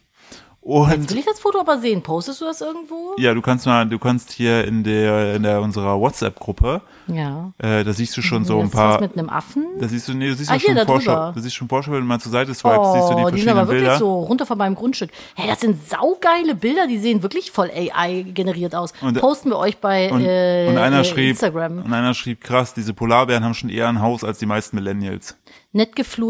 A: Und
B: Will ich das Foto aber sehen? Postest du das irgendwo?
A: ja, du kannst mal, du kannst hier in der in der unserer WhatsApp-Gruppe,
B: Ja.
A: äh, da siehst du schon so
B: das
A: ein
B: ist was
A: paar.
B: mit einem Affen?
A: Da siehst du, nee, du siehst
B: Ah,
A: ja
B: hier,
A: schon
B: da
A: Vorschau.
B: drüber.
A: Du siehst schon Vorschau, wenn du mal zur Seite swipest, siehst du die
B: Oh, die sind
A: verschiedenen
B: aber wirklich
A: Bilder.
B: so runter von meinem Grundstück. Hey, das sind saugeile Bilder, die sehen wirklich voll AI generiert aus.
A: Und-
B: Posten wir euch bei
A: und,
B: äh,
A: und einer
B: äh,
A: schrieb,
B: Instagram.
A: und einer schrieb, krass, diese Polarbären haben schon eher ein Haus als die meisten Millennials.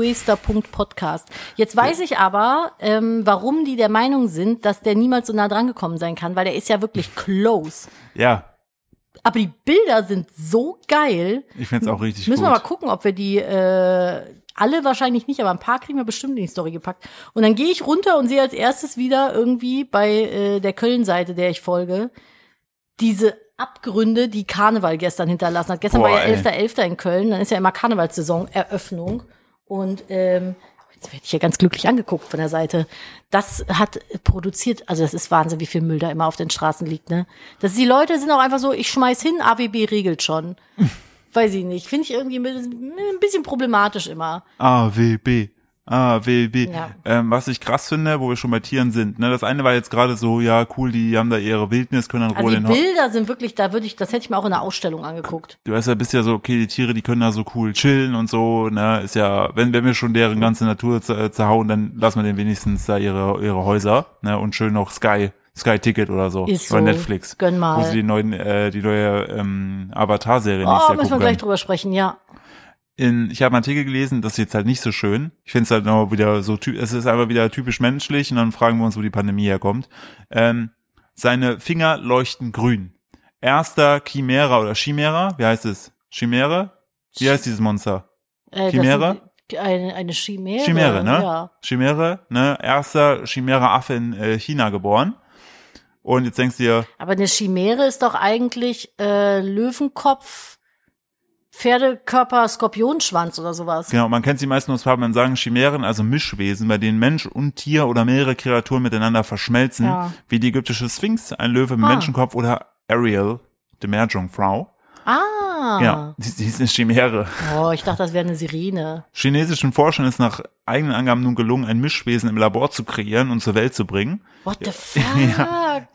B: netgefluester.podcast. Jetzt weiß ich aber, ähm, warum die der Meinung sind, dass der niemals so nah dran gekommen sein kann, weil der ist ja wirklich close.
A: Ja,
B: Aber die Bilder sind so geil.
A: ich find's auch richtig
B: Müssen
A: gut.
B: wir mal gucken, ob wir die äh, alle wahrscheinlich nicht, aber ein paar kriegen wir bestimmt in die Story gepackt. Und dann gehe ich runter und sehe als erstes wieder irgendwie bei äh, der Köln-Seite, der ich folge, diese Abgründe, die Karneval gestern hinterlassen hat. Gestern
A: Boah,
B: war ja
A: ey.
B: 11.11. in Köln, dann ist ja immer Karnevalssaison, Eröffnung. Und ähm, jetzt werde ich ja ganz glücklich angeguckt von der Seite. Das hat produziert, also das ist Wahnsinn, wie viel Müll da immer auf den Straßen liegt, ne? Dass die Leute sind auch einfach so, ich schmeiß hin, AWB
A: [LAUGHS]
B: regelt schon. Weiß ich nicht. Finde ich irgendwie ein bisschen, ein bisschen problematisch immer.
A: AWB. AWB.
B: Ja.
A: Ähm, was ich krass finde, wo wir schon bei Tieren sind, ne, das eine war jetzt gerade so, ja, cool, die haben da ihre Wildnis, können dann
B: Also
A: Ruhe
B: die
A: in Ho-
B: Bilder sind wirklich, da würde ich, das hätte ich mir auch in der Ausstellung angeguckt.
A: Du weißt ja, bist ja so, okay, die Tiere, die können da so cool chillen und so, ne, ist ja, wenn, wenn wir schon deren ganze Natur z- äh, zerhauen, dann lassen wir denen wenigstens da ihre, ihre Häuser, ne, und schön noch Sky, Sky Ticket oder so.
B: Ist
A: oder
B: so.
A: Netflix.
B: Gönn mal.
A: Wo sie die neuen, äh, die neue, ähm, Avatar-Serie nächstes
B: Oh,
A: Jahr
B: müssen wir
A: gucken
B: gleich
A: können.
B: drüber sprechen, ja.
A: in, ich habe einen Artikel gelesen, das ist jetzt halt nicht so schön. Ich finde es halt noch wieder so, ty- es ist einfach wieder typisch menschlich und dann fragen wir uns, wo die Pandemie herkommt. Ähm, seine Finger leuchten grün. Erster Chimera oder Chimera, wie heißt es? Chimäre? Wie heißt dieses Monster?
B: Äh, das
A: Chimäre?
B: sind Eine, eine Chimäre.
A: Chimäre, ne?
B: Ja.
A: Chimäre, ne? Erster Chimera-Affe in äh, China geboren. Und jetzt denkst du dir,
B: Aber eine Chimäre ist doch eigentlich äh, Löwenkopf, Pferdekörper, Skorpionschwanz oder sowas.
A: Genau, man kennt sie meistens aus Farben, man sagen Chimären, also Mischwesen, bei denen Mensch und Tier oder mehrere Kreaturen miteinander verschmelzen,
B: Ja.
A: wie die ägyptische Sphinx, ein Löwe mit
B: Ah.
A: Menschenkopf oder Ariel, die Meerjungfrau.
B: Ah.
A: Ja, die, die ist eine Chimäre.
B: Oh, ich dachte, das wäre eine Sirene.
A: Chinesischen Forschern ist nach eigenen Angaben nun gelungen, ein Mischwesen im Labor zu kreieren und zur Welt zu bringen.
B: What the fuck?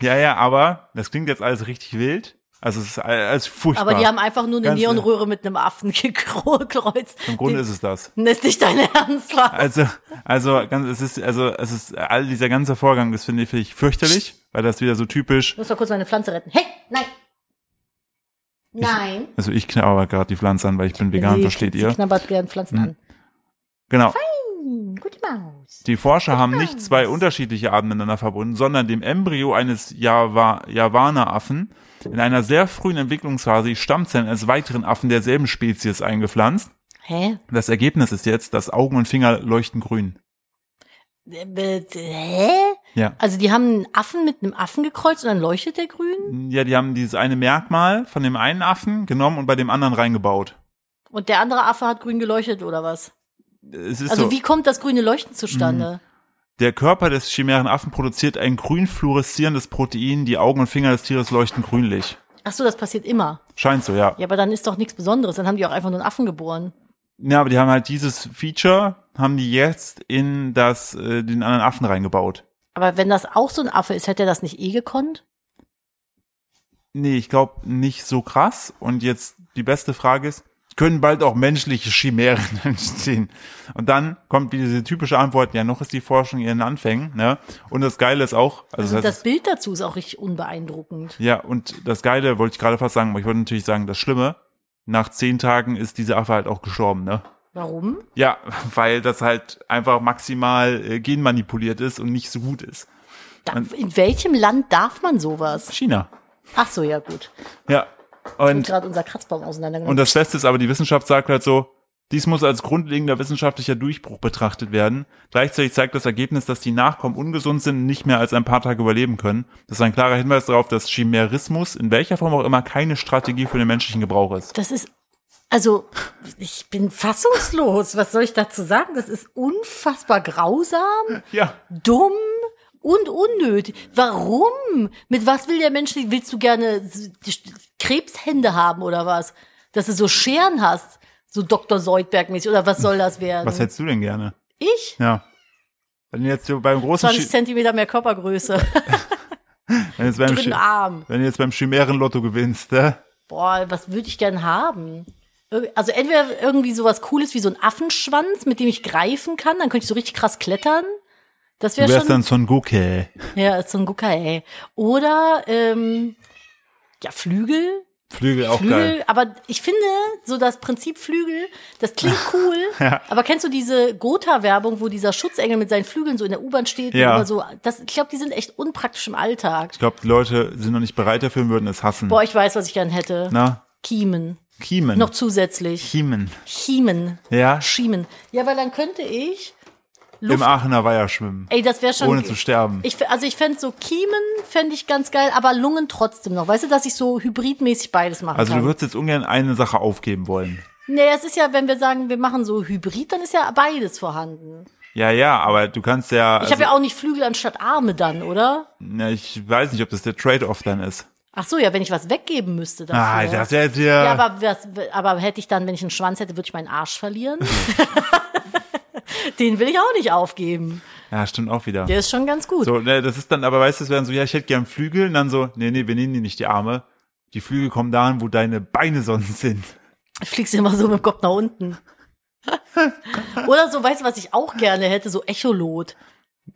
A: Ja, [LAUGHS] ja, aber das klingt jetzt alles richtig wild. Also es ist all- alles furchtbar.
B: Aber die haben einfach nur eine
A: Ganz- äh,
B: Neonröhre mit einem Affen [LAUGHS] gekreuzt.
A: Im Grunde ist es das.
B: Das ist nicht dein
A: [LAUGHS]
B: Ernst, was?
A: Also, also, ganz, es ist, also, es ist, all dieser ganze Vorgang, das finde ich, finde ich fürchterlich, weil das wieder so typisch,
B: Ich muss mal kurz meine Pflanze retten. Hey, nein. Nein.
A: also ich knabber gerade die Pflanze an, weil ich bin vegan,
B: Sie-
A: versteht ihr? Mhm.
B: Sie knabbert gern Pflanzen an.
A: Genau.
B: Hm, gute Maus.
A: Die Forscher haben nicht zwei unterschiedliche Arten miteinander verbunden, sondern dem Embryo eines Java Javaner-Affen in einer sehr frühen Entwicklungsphase die Stammzellen eines weiteren Affen derselben Spezies eingepflanzt.
B: Hä?
A: Das Ergebnis ist jetzt, dass Augen und Finger leuchten grün.
B: Äh, äh, Hä?
A: Ja.
B: Also die haben einen Affen mit einem Affen gekreuzt und dann leuchtet der grün
A: Ja, die haben dieses eine Merkmal von dem einen Affen genommen und bei dem anderen reingebaut.
B: und der andere Affe hat grün geleuchtet oder was?
A: Es ist
B: Also
A: so. Mhm.
B: wie kommt das grüne Leuchten zustande?
A: Der Körper des Chimärenaffen produziert ein grün fluoreszierendes Protein, die Augen und Finger des Tieres leuchten grünlich.
B: Ach so, das passiert immer.
A: Scheint so, ja.
B: Ja, aber dann ist doch nichts Besonderes. Dann haben die auch einfach nur einen Affen geboren.
A: Ja, aber die haben halt dieses Feature, haben die jetzt in das, äh, den anderen Affen reingebaut.
B: Aber wenn das auch so ein Affe ist, hätte er das nicht eh gekonnt?
A: Nee, ich glaube nicht so krass. Und jetzt die beste Frage ist, können bald auch menschliche Chimären [LAUGHS] entstehen? Und dann kommt wieder diese typische Antwort, ja, noch ist die Forschung in ihren Anfängen. Ne? Und das Geile ist auch, also, das
B: Also
A: heißt,
B: das Bild dazu ist auch richtig unbeeindruckend.
A: ja, und das Geile wollte ich gerade fast sagen, aber ich wollte natürlich sagen, das Schlimme, nach zehn Tagen ist dieser Affe halt auch gestorben, ne?
B: Warum?
A: Ja, [LAUGHS] weil das halt einfach maximal äh, genmanipuliert ist und nicht so gut ist.
B: Da, in welchem Land darf man sowas?
A: China.
B: Ach so, ja gut.
A: Ja.
B: Und
A: Und
B: gerade unser Kratzbaum auseinandergenommen.
A: Und das Beste ist aber, die Wissenschaft sagt halt so, dies muss als grundlegender wissenschaftlicher Durchbruch betrachtet werden. Gleichzeitig zeigt das Ergebnis, dass die Nachkommen ungesund sind und nicht mehr als ein paar Tage überleben können. Das ist ein klarer Hinweis darauf, dass Chimerismus in welcher Form auch immer keine Strategie für den menschlichen Gebrauch ist.
B: das ist, also, ich bin fassungslos. Was soll ich dazu sagen? Das ist unfassbar grausam,
A: Ja.
B: dumm und unnötig. Warum? Mit was will der Mensch, willst du gerne s- Krebshände haben oder was? Dass du so Scheren hast, so Dr. Seudberg-mäßig oder was soll das werden?
A: Was hättest du denn gerne?
B: ich?
A: Ja. Wenn du jetzt so beim großen,
B: 20
A: Chi
B: Zentimeter mehr Körpergröße,
A: wenn du jetzt beim,
B: dritten
A: Chi
B: Arm.
A: wenn du jetzt beim Chimärenlotto gewinnst, äh?
B: Boah, was würde ich gern haben? Irg- Also entweder irgendwie sowas Cooles wie so ein Affenschwanz, mit dem ich greifen kann, dann könnte ich so richtig krass klettern. Das
A: du
B: wäre
A: wärst
B: schon.
A: dann Son Goku.
B: Ja, ist so ein Gucker, ey. Oder ähm, ja, Flügel.
A: Flügel auch
B: Flügel,
A: geil.
B: aber ich finde, so das Prinzip Flügel,
A: [LAUGHS]
B: das klingt cool, aber kennst du diese Gotha-Werbung, wo dieser Schutzengel mit seinen Flügeln so in der U-Bahn steht?
A: Ja.
B: Oder so, das, ich glaube, die sind echt unpraktisch im Alltag.
A: Ich glaube, die Leute sind noch nicht bereit dafür und würden es hassen.
B: Boah, ich weiß, was ich gern hätte.
A: Na,
B: Kiemen.
A: Kiemen.
B: Noch zusätzlich.
A: Kiemen.
B: Chiemen.
A: Ja,
B: Schiemen. Ja, weil dann könnte ich.
A: im Aachener Weiher schwimmen.
B: Ey, das wäre schon.
A: ohne zu sterben.
B: Ich, f- also ich fände so Kiemen fände ich ganz geil, aber Lungen trotzdem noch. Weißt du, dass ich so hybridmäßig beides machen
A: Also
B: kann?
A: du würdest jetzt ungern eine Sache aufgeben wollen.
B: nee, es ist ja, wenn wir sagen, wir machen so Hybrid, dann ist ja beides vorhanden.
A: Ja, ja, aber du kannst ja.
B: Ich habe ja auch nicht Flügel anstatt Arme dann, oder?
A: ja, ich weiß nicht, ob das der Trade-off dann ist.
B: Ach so, ja, wenn ich was weggeben müsste dafür.
A: Ah, das ist ja jetzt hier.
B: ja, aber, was, aber hätte ich dann, wenn ich einen Schwanz hätte, würde ich meinen Arsch
A: [LAUGHS]
B: verlieren. [LAUGHS] Den will ich auch nicht aufgeben.
A: ja, stimmt auch wieder.
B: Der ist schon ganz gut.
A: So, ne, das ist dann, aber weißt du, es werden so, ja, ich hätte gern Flügel und dann so, nee, nee, wir nehmen die nicht, die Arme. Die Flügel kommen dahin, wo deine Beine sonst sind.
B: fliegst immer so mit dem Kopf
A: [LAUGHS]
B: nach unten. Oder so, weißt du, was ich auch gerne hätte? So Echolot.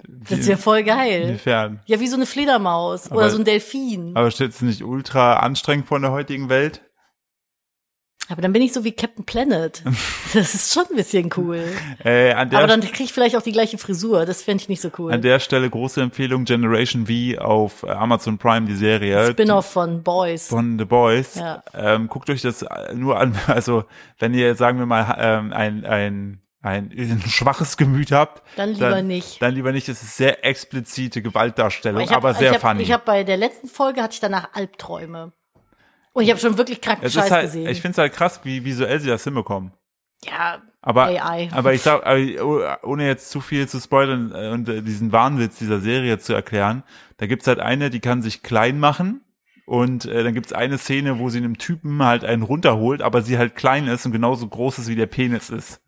B: Das wäre voll geil.
A: Inwiefern.
B: Ja, wie so eine Fledermaus oder
A: Aber-
B: so ein Delfin.
A: Aber stellst du nicht ultra anstrengend vor in der heutigen Welt?
B: Aber dann bin ich so wie Captain
A: [LAUGHS]
B: Planet. Das ist schon ein bisschen cool.
A: Äh, an der
B: Aber dann krieg ich vielleicht auch die gleiche Frisur. Das fände ich nicht so
A: An
B: cool.
A: der Stelle große Empfehlung Generation V auf äh, Amazon Prime, die Serie.
B: Spin-off von Boys.
A: von The Boys.
B: Ja.
A: Ähm, guckt euch das äh, nur an. [LAUGHS] Also, wenn ihr, sagen wir mal, ha- ähm, ein, ein, ein, ein schwaches Gemüt habt.
B: Dann lieber nicht.
A: Dann lieber nicht. Es ist sehr explizite Gewaltdarstellung,
B: Ich hab-
A: aber sehr
B: ich hab,
A: funny.
B: Ich habe bei der letzten Folge hatte ich danach Albträume. Und ich habe schon wirklich kranken
A: es
B: Scheiß
A: ist halt,
B: gesehen.
A: ich finde es halt krass, wie visuell sie das hinbekommen.
B: ja,
A: Aber,
B: AI.
A: aber ich sag, aber oh- ohne jetzt zu viel zu spoilern äh, und äh, diesen Wahnwitz dieser Serie zu erklären, da gibt's halt eine, die kann sich klein machen und äh, dann gibt's eine Szene, wo sie einem Typen halt einen runterholt, aber sie halt klein ist und genauso groß ist, wie der Penis ist.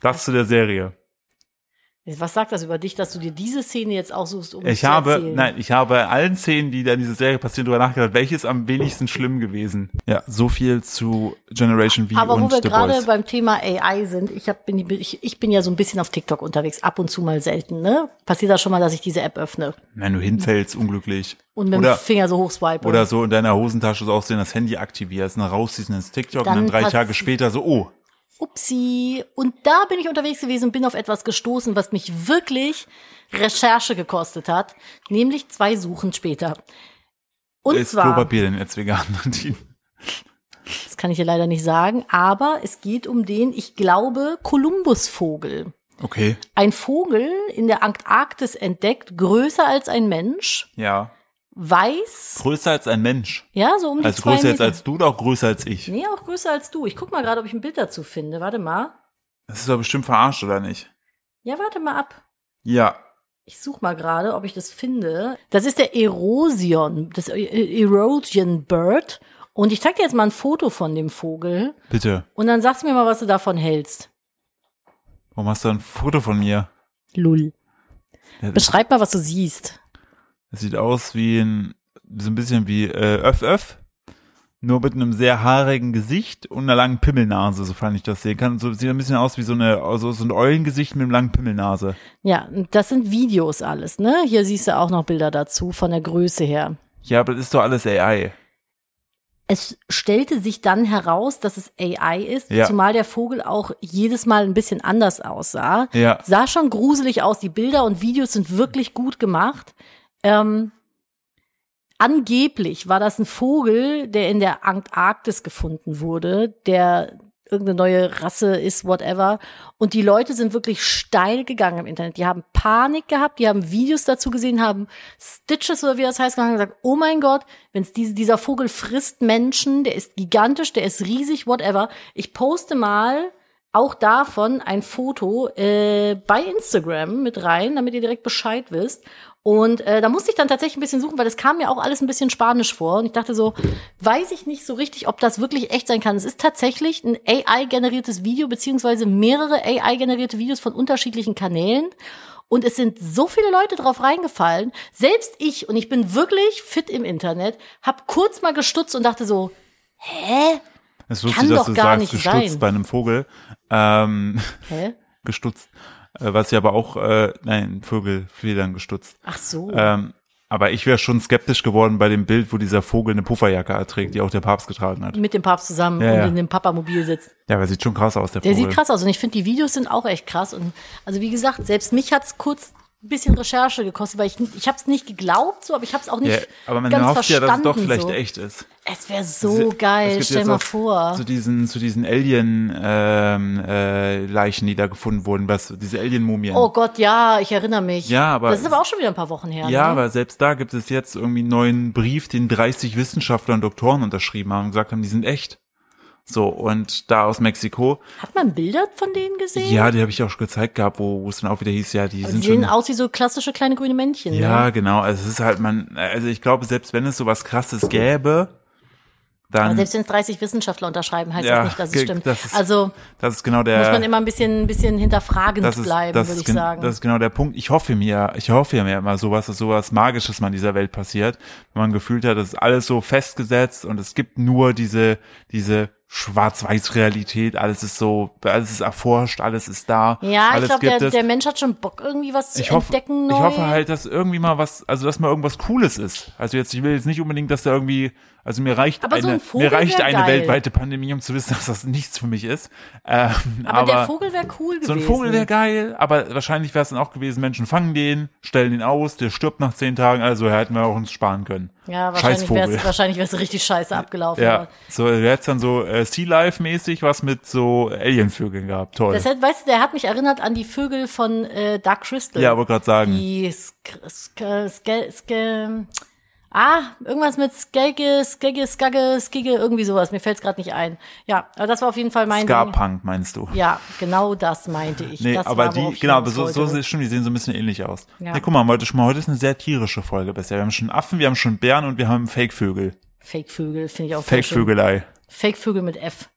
A: Das zu der Serie.
B: Was sagt das über dich, dass du dir diese Szene jetzt aussuchst, um es
A: Ich
B: zu
A: habe,
B: erzählen?
A: nein, ich habe bei allen Szenen, die da in dieser Serie passieren, darüber nachgedacht, welches am wenigsten schlimm gewesen. Ja, so viel zu Generation V
B: Aber
A: und
B: wo wir
A: The
B: gerade
A: Boys.
B: beim Thema AI sind, ich, hab, bin, ich, ich bin ja so ein bisschen auf TikTok unterwegs, ab und zu mal selten, ne? Passiert da schon mal, dass ich diese App öffne
A: Nein, du hinfällst unglücklich.
B: und mit
A: Oder-
B: dem Finger so hoch swipe.
A: Oder so in deiner Hosentasche so aussehen, das Handy aktivierst, dann rausziehst ins TikTok
B: Dann
A: und dann drei
B: passt-
A: Tage später so, oh,
B: Upsi. Und da bin ich unterwegs gewesen und bin auf etwas gestoßen, was mich wirklich Recherche gekostet hat, nämlich zwei Suchen später. Und
A: ist
B: zwar,
A: Klopapier denn jetzt vegan? [LAUGHS] Nadine?
B: das kann ich ja leider nicht sagen, aber es geht um den, ich glaube, Kolumbusvogel.
A: okay,
B: Ein Vogel in der Antarktis entdeckt, größer als ein Mensch,
A: ja.
B: weiß,
A: Größer als ein Mensch.
B: ja, so um die
A: Also
B: zwei
A: größer jetzt
B: Meter.
A: als du oder auch größer als ich?
B: nee, auch größer als du. Ich guck mal gerade, ob ich ein Bild dazu finde. Warte mal.
A: Das ist doch bestimmt verarscht, oder nicht?
B: Ja, warte mal ab.
A: Ja.
B: Ich suche mal gerade, ob ich das finde. Das ist der Erosion, das E- Erosion Bird. Und ich zeig dir jetzt mal ein Foto von dem Vogel.
A: Bitte.
B: Und dann sagst du mir mal, was du davon hältst.
A: Warum hast du ein Foto von mir?
B: Lull.
A: Das,
B: Beschreib mal, was du siehst.
A: das sieht aus wie ein so ein bisschen wie äh, Öff Öff, nur mit einem sehr haarigen Gesicht und einer langen Pimmelnase, sofern ich das sehen kann. So sieht ein bisschen aus wie so, eine, also so ein Eulengesicht mit einem langen Pimmelnase.
B: Ja, das sind Videos alles, ne? Hier siehst du auch noch Bilder dazu von der Größe her.
A: Ja, aber das ist doch alles AI.
B: Es stellte sich dann heraus, dass es AI ist,
A: Ja.
B: zumal der Vogel auch jedes Mal ein bisschen anders aussah.
A: Ja.
B: Sah schon gruselig aus. Die Bilder und Videos sind wirklich gut gemacht. Ähm, angeblich war das ein Vogel, der in der Antarktis gefunden wurde, der irgendeine neue Rasse ist, whatever. Und die Leute sind wirklich steil gegangen im Internet. Die haben Panik gehabt, die haben Videos dazu gesehen, haben Stitches oder wie das heißt, gemacht und gesagt, oh mein Gott, wenn es diese, dieser Vogel frisst Menschen, der ist gigantisch, der ist riesig, whatever. Ich poste mal auch davon ein Foto äh, bei Instagram mit rein, damit ihr direkt Bescheid wisst. Und äh, da musste ich dann tatsächlich ein bisschen suchen, weil das kam mir auch alles ein bisschen spanisch vor. Und ich dachte so, weiß ich nicht so richtig, ob das wirklich echt sein kann. Es ist tatsächlich ein AI-generiertes Video, beziehungsweise mehrere AI-generierte Videos von unterschiedlichen Kanälen. Und es sind so viele Leute drauf reingefallen. Selbst ich, und ich bin wirklich fit im Internet, hab kurz mal gestutzt und dachte so, hä?
A: Es ist
B: Kann
A: lustig, dass
B: doch
A: du
B: gar
A: sagst,
B: nicht
A: gestutzt
B: sein.
A: bei einem Vogel. Ähm, [LAUGHS]
B: Hä?
A: gestutzt. Äh, was ja aber auch, äh, nein, Vögelfedern gestutzt.
B: Ach so.
A: Ähm, aber ich wäre schon skeptisch geworden bei dem Bild, wo dieser Vogel eine Pufferjacke erträgt, die auch der Papst getragen hat.
B: mit dem Papst zusammen um
A: Ja,
B: und
A: ja.
B: in dem Papamobil sitzt.
A: Ja, aber sieht schon krass aus, der,
B: Der
A: Vogel.
B: sieht krass aus und ich finde, die Videos sind auch echt krass. Und also wie gesagt, selbst mich hat's kurz ein bisschen Recherche gekostet, weil ich, ich habe es nicht geglaubt, so, aber ich habe es auch
A: Ja,
B: nicht
A: aber man
B: ganz
A: hofft ja,
B: verstanden.
A: dass es doch vielleicht
B: so.
A: echt ist.
B: Es wäre so
A: Es- es
B: geil,
A: gibt
B: stell
A: jetzt
B: mal
A: auch
B: vor.
A: Zu diesen, zu diesen Alien-Leichen, ähm, äh, Leichen, die da gefunden wurden, was, diese Alien-Mumien.
B: Oh Gott, ja, ich erinnere mich.
A: Ja, aber-
B: das ist aber auch schon wieder ein paar Wochen her.
A: Ja,
B: ne?
A: aber selbst da gibt es jetzt irgendwie einen neuen Brief, den 30 Wissenschaftler und Doktoren unterschrieben haben und gesagt haben, die sind echt. So, und da aus Mexiko,
B: Hat man Bilder von denen gesehen?
A: ja, die habe ich auch schon gezeigt gehabt, wo wo es dann auch wieder hieß, ja, die
B: Die
A: sind
B: Also sehen
A: schon.
B: aus wie so klassische kleine grüne Männchen.
A: ja,
B: ne?
A: genau. Also es ist halt man, also ich glaube, selbst wenn es sowas krasses gäbe,
B: Aber
A: dann
B: selbst wenn es 30 Wissenschaftler unterschreiben, heißt
A: Ja,
B: das nicht, dass es
A: ge-
B: stimmt.
A: das ist-
B: also
A: das ist genau der
B: muss man immer ein bisschen, ein bisschen hinterfragend
A: das ist,
B: bleiben,
A: das
B: würde
A: ist
B: ich
A: gen-
B: sagen.
A: Das ist genau der Punkt. Ich hoffe mir, ich hoffe mir immer sowas, dass sowas Magisches mal in dieser Welt passiert. Wenn man gefühlt hat, das ist alles so festgesetzt und es gibt nur diese, diese Schwarz-Weiß-Realität, alles ist so, alles ist erforscht, alles ist da.
B: Ja, ich
A: alles
B: glaube,
A: gibt
B: der,
A: es.
B: der Mensch hat schon Bock, irgendwie was zu
A: ich hoffe,
B: entdecken neu.
A: ich hoffe halt, dass irgendwie mal was, also dass mal irgendwas Cooles ist. Also jetzt, ich will jetzt nicht unbedingt, dass da irgendwie, also mir reicht
B: Aber
A: eine,
B: so ein Vogel
A: mir reicht
B: wär
A: eine
B: geil.
A: weltweite Pandemie, um zu wissen, [LAUGHS] dass das nichts für mich ist. Ähm,
B: aber, der Vogel wäre cool gewesen.
A: so ein Vogel wäre geil, aber wahrscheinlich wäre es dann auch gewesen, Menschen fangen den, stellen den aus, der stirbt nach zehn Tagen, also hätten wir auch uns sparen können.
B: ja,
A: Scheiß
B: wahrscheinlich
A: Vogel.
B: wäre wahrscheinlich wär's richtig scheiße
A: [LAUGHS]
B: abgelaufen.
A: Ja,
B: aber
A: so du hättest dann so äh, Sea Life mäßig was mit so Alienvögeln gehabt, toll.
B: Das hat, weißt du, der hat mich erinnert an die Vögel von äh, Dark Crystal.
A: ja, wollte gerade sagen,
B: Die Sk Sk Sk Sk Ah, irgendwas mit Skegge, Skegge, Skagge, Skigge, irgendwie sowas. Mir fällt's grad gerade nicht ein. Ja, aber das war auf jeden Fall mein
A: Ska
B: Ding.
A: Punk meinst du?
B: Ja, genau das meinte ich.
A: Nee,
B: das
A: aber
B: war, worauf
A: die,
B: ich
A: genau, aber
B: hinaus
A: so, so
B: wollte.
A: se- stimmt, die sehen so ein bisschen ähnlich aus.
B: Ja.
A: Ja. Nee, guck mal, heute, schon mal, heute ist eine sehr tierische Folge bisher. Wir haben schon Affen, wir haben schon Bären und wir haben Fake-Vögel.
B: Fake-Vögel finde ich auch sehr schön.
A: Fake-Vögelei.
B: Fake-Vögel mit F.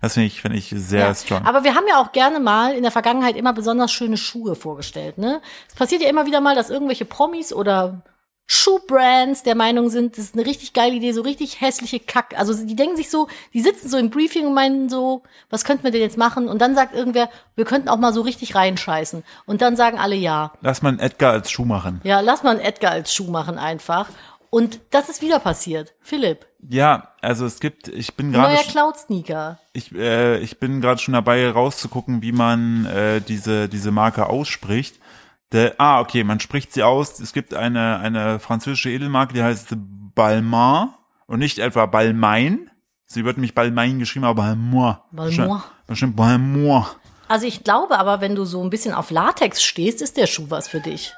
A: Das finde ich, finde ich sehr
B: Ja,
A: strong.
B: Aber wir haben ja auch gerne mal in der Vergangenheit immer besonders schöne Schuhe vorgestellt. Ne? Es passiert ja immer wieder mal, dass irgendwelche Promis oder Schuhbrands der Meinung sind, das ist eine richtig geile Idee, so richtig hässliche Kack. Also die denken sich so, die sitzen so im Briefing und meinen so, was könnten wir denn jetzt machen? Und dann sagt irgendwer, wir könnten auch mal so richtig reinscheißen. Und dann sagen alle ja.
A: Lass mal einen Edgar als Schuh machen.
B: Ja, lass mal einen Edgar als Schuh machen einfach. Und das ist wieder passiert. Philipp,
A: Ja, also es gibt, ich bin gerade
B: neuer
A: sch-
B: Cloud-Sneaker.
A: ich, äh, ich bin gerade schon dabei rauszugucken, wie man äh, diese diese Marke ausspricht. De, ah, okay, man spricht sie aus. Es gibt eine eine französische Edelmarke, die heißt Balmain und nicht etwa Balmain. Sie wird nämlich Balmain geschrieben, aber Balmoin.
B: Balmain.
A: Bestimmt- Bestimmt Balmoin.
B: Also ich glaube aber, wenn du so ein bisschen auf Latex stehst, ist der Schuh was für dich.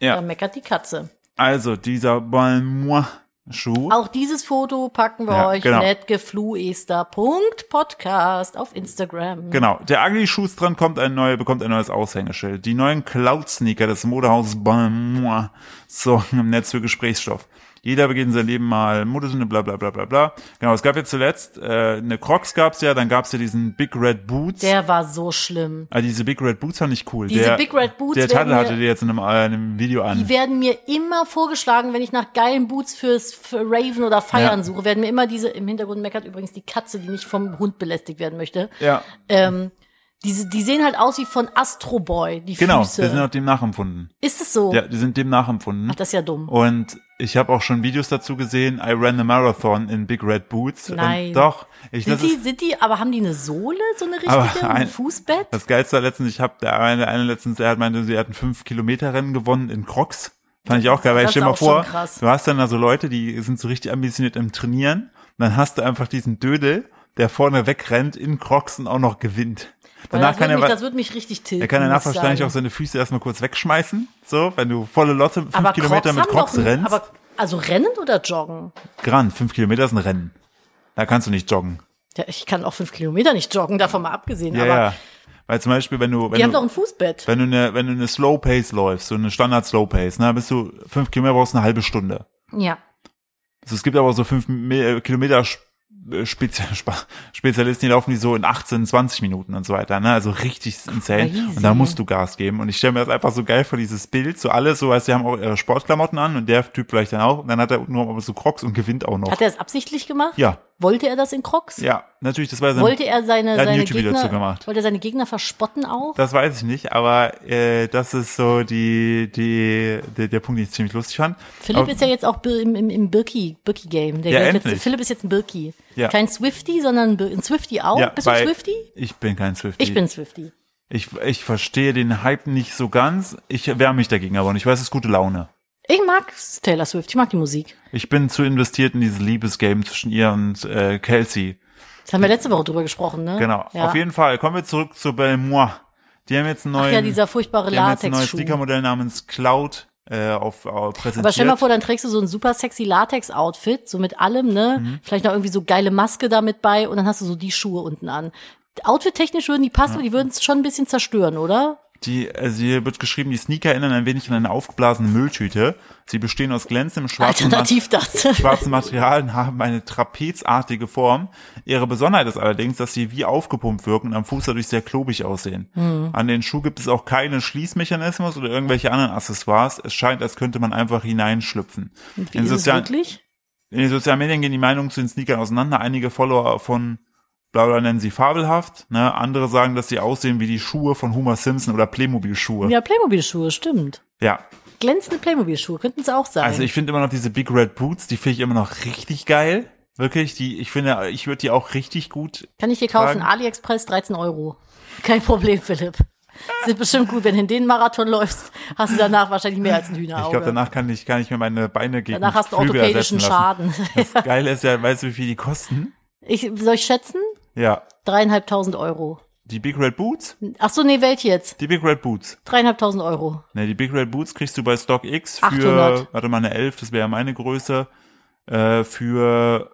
B: Da
A: Ja,
B: meckert die Katze.
A: also dieser Balmoin Schuh.
B: Auch dieses Foto packen wir
A: Ja,
B: euch
A: genau.
B: netgefluester.podcast auf Instagram.
A: Genau, der Ugly Shoes dran kommt ein neuer, bekommt ein neues Aushängeschild. Die neuen Cloud Sneaker des Modehauses Balmoin sorgen im Netz für Gesprächsstoff. Jeder beginnt sein Leben mal, Modesünde, bla bla bla bla bla. Genau, es gab ja zuletzt, äh, eine Crocs gab's ja, dann gab's ja diesen Big Red Boots.
B: Der war so schlimm.
A: Ah, diese Big Red Boots fand ich cool.
B: Diese
A: der,
B: Big Red Boots
A: Der
B: werden
A: Titel hatte
B: mir-
A: die jetzt in einem, äh, in einem Video an.
B: Die werden mir immer vorgeschlagen, wenn ich nach geilen Boots fürs für Raven oder Feiern
A: Ja.
B: suche, werden mir immer diese, im Hintergrund meckert übrigens die Katze, die nicht vom Hund belästigt werden möchte.
A: ja,
B: Ähm, diese, die sehen halt aus wie von Astro Boy, die
A: genau,
B: Füße.
A: die sind auch dem nachempfunden.
B: Ist es so?
A: Ja, die sind dem nachempfunden.
B: Ach, das ist ja dumm.
A: Und ich habe auch schon Videos dazu gesehen. I ran the marathon in Big Red Boots.
B: Nein.
A: Und doch, ich
B: Sind
A: das
B: die,
A: ist
B: sind die, aber haben die eine Sohle, so eine
A: Aber
B: richtige, ein
A: ein-
B: Fußbett?
A: das Geilste war letztens, ich habe der eine, der eine letztens, der hat meinte, sie hat ein 5-Kilometer-Rennen gewonnen in Crocs. Fand ich auch geil, weil
B: Das
A: ich stell
B: ist
A: mal
B: auch
A: vor,
B: schon krass.
A: du hast dann da so Leute, die sind so richtig ambitioniert im Trainieren. Und dann hast du einfach diesen Dödel, der vorne wegrennt, in Crocs und auch noch gewinnt.
B: Weil
A: Danach
B: das, wird
A: kann er,
B: mich,
A: wa-
B: das wird mich richtig tilten.
A: er kann danach
B: muss ich
A: wahrscheinlich
B: sagen.
A: auch seine Füße erstmal kurz wegschmeißen. So, wenn du volle Lotte fünf
B: aber
A: Kilometer
B: Crocs
A: mit
B: haben doch
A: Crocs
B: ein-
A: rennst.
B: Aber, also rennen oder joggen?
A: Gran, fünf Kilometer ist ein Rennen. Da kannst du nicht joggen.
B: Ja, ich kann auch fünf Kilometer nicht joggen, davon mal abgesehen.
A: Ja,
B: aber
A: ja. Weil zum Beispiel, wenn du,
B: die
A: wenn
B: haben doch
A: du,
B: ein Fußbett.
A: wenn du eine, wenn du eine Slow Pace läufst, so eine Standard Slow Pace, ne, bist du fünf Kilometer brauchst eine halbe Stunde.
B: Ja.
A: Also es gibt aber so fünf Me- Kilometer Sch- äh, Spezi [LAUGHS] Spa- Spezialisten, die laufen die so in 18, 20 Minuten und so weiter, ne? Also richtig insane.
B: Crazy.
A: Und da musst du Gas geben. Und ich stelle mir das einfach so geil vor, dieses Bild. So alle so, als die haben auch ihre Sportklamotten an und der Typ vielleicht dann auch. Und dann hat er unten noch aber so Crocs und gewinnt auch noch.
B: Hat er es absichtlich gemacht?
A: Ja.
B: Wollte er das in Crocs?
A: Ja, natürlich, das war sein
B: Wollte er seine,
A: Er hat ein
B: seine
A: YouTube-Video
B: Gegner,
A: dazu gemacht.
B: wollte er seine Gegner verspotten auch?
A: Das weiß ich nicht, aber äh, das ist so die, die, der, der Punkt, den ich ziemlich lustig fand.
B: Philipp
A: aber,
B: ist ja jetzt auch bi- im, im, im Birki, Birki Game. Der
A: Ja,
B: geht jetzt,
A: endlich.
B: Philipp ist jetzt ein Birki.
A: Ja.
B: Kein Swifty, sondern ein Bir- ein Swifty auch. Bist du
A: bei-
B: ein Oh, Swifty?
A: Ich bin kein Swifty.
B: Ich bin ein Swifty.
A: Ich, ich verstehe den Hype nicht so ganz. Ich wehre mich dagegen aber und ich weiß, es ist gute Laune.
B: Ich mag Taylor Swift, ich mag die Musik.
A: Ich bin zu investiert in dieses Liebesgame zwischen ihr und äh, Kelsey.
B: Das haben wir letzte Woche drüber gesprochen, ne?
A: Genau.
B: Ja.
A: Auf jeden Fall. Kommen wir zurück zu Belmois. Die haben jetzt einen neuen,
B: ja, dieser furchtbare
A: die haben jetzt ein neues
B: Latexschuh.
A: Sneakermodell namens Cloud äh, auf, auf präsentiert.
B: Aber stell mal vor, dann trägst du so ein super sexy Latex-Outfit, so mit allem, ne?
A: Mhm.
B: Vielleicht noch irgendwie so geile Maske damit bei und dann hast du so die Schuhe unten an. Outfit-technisch würden die passen, aber die würden es schon ein bisschen zerstören, oder?
A: Die, also hier wird geschrieben, die Sneaker erinnern ein wenig an eine aufgeblasene Mülltüte. Sie bestehen aus glänzendem schwarzen, Ma
B: Alternativ [LAUGHS] das.
A: schwarzen Material und haben eine trapezartige Form. Ihre Besonderheit ist allerdings, dass sie wie aufgepumpt wirken und am Fuß dadurch sehr klobig aussehen.
B: Hm.
A: An den Schuh gibt es auch keinen Schließmechanismus oder irgendwelche anderen Accessoires. Es scheint, als könnte man einfach hineinschlüpfen.
B: Wie ist es
A: sozialen-
B: wirklich?
A: in den sozialen Medien gehen die Meinungen zu den Sneakern auseinander. Einige Follower von bla bla nennen sie fabelhaft, ne? Andere sagen, dass sie aussehen wie die Schuhe von Homer Simpson oder Playmobil-Schuhe.
B: Ja, Playmobil-Schuhe, stimmt.
A: ja.
B: Glänzende Playmobil-Schuhe könnten es auch sein.
A: Also ich finde immer noch diese Big Red Boots, die finde ich immer noch richtig geil. Wirklich, die, ich finde, ich würde die auch richtig gut.
B: Kann ich dir kaufen?
A: Fragen?
B: AliExpress 13 Euro. Kein Problem, Philipp. Sind bestimmt gut, wenn du in den Marathon läufst, hast du danach wahrscheinlich mehr als ein Hühnerauge.
A: Ich glaube, danach kann ich, kann ich mir meine Beine gegen
B: Danach hast du
A: Flügel
B: orthopädischen
A: ersetzen [LAUGHS]
B: Schaden. [LAUGHS]
A: lassen. Das Geile ist ja, weißt du, wie viel die kosten?
B: Ich, soll ich schätzen?
A: Ja.
B: Dreieinhalbtausend Euro.
A: Die Big Red Boots?
B: Ach so, nee, welche jetzt?
A: Die Big Red Boots.
B: Dreieinhalbtausend Euro.
A: Ne, die Big Red Boots kriegst du bei StockX für,
B: 800.
A: warte mal, eine 11, das wäre ja meine Größe, äh, für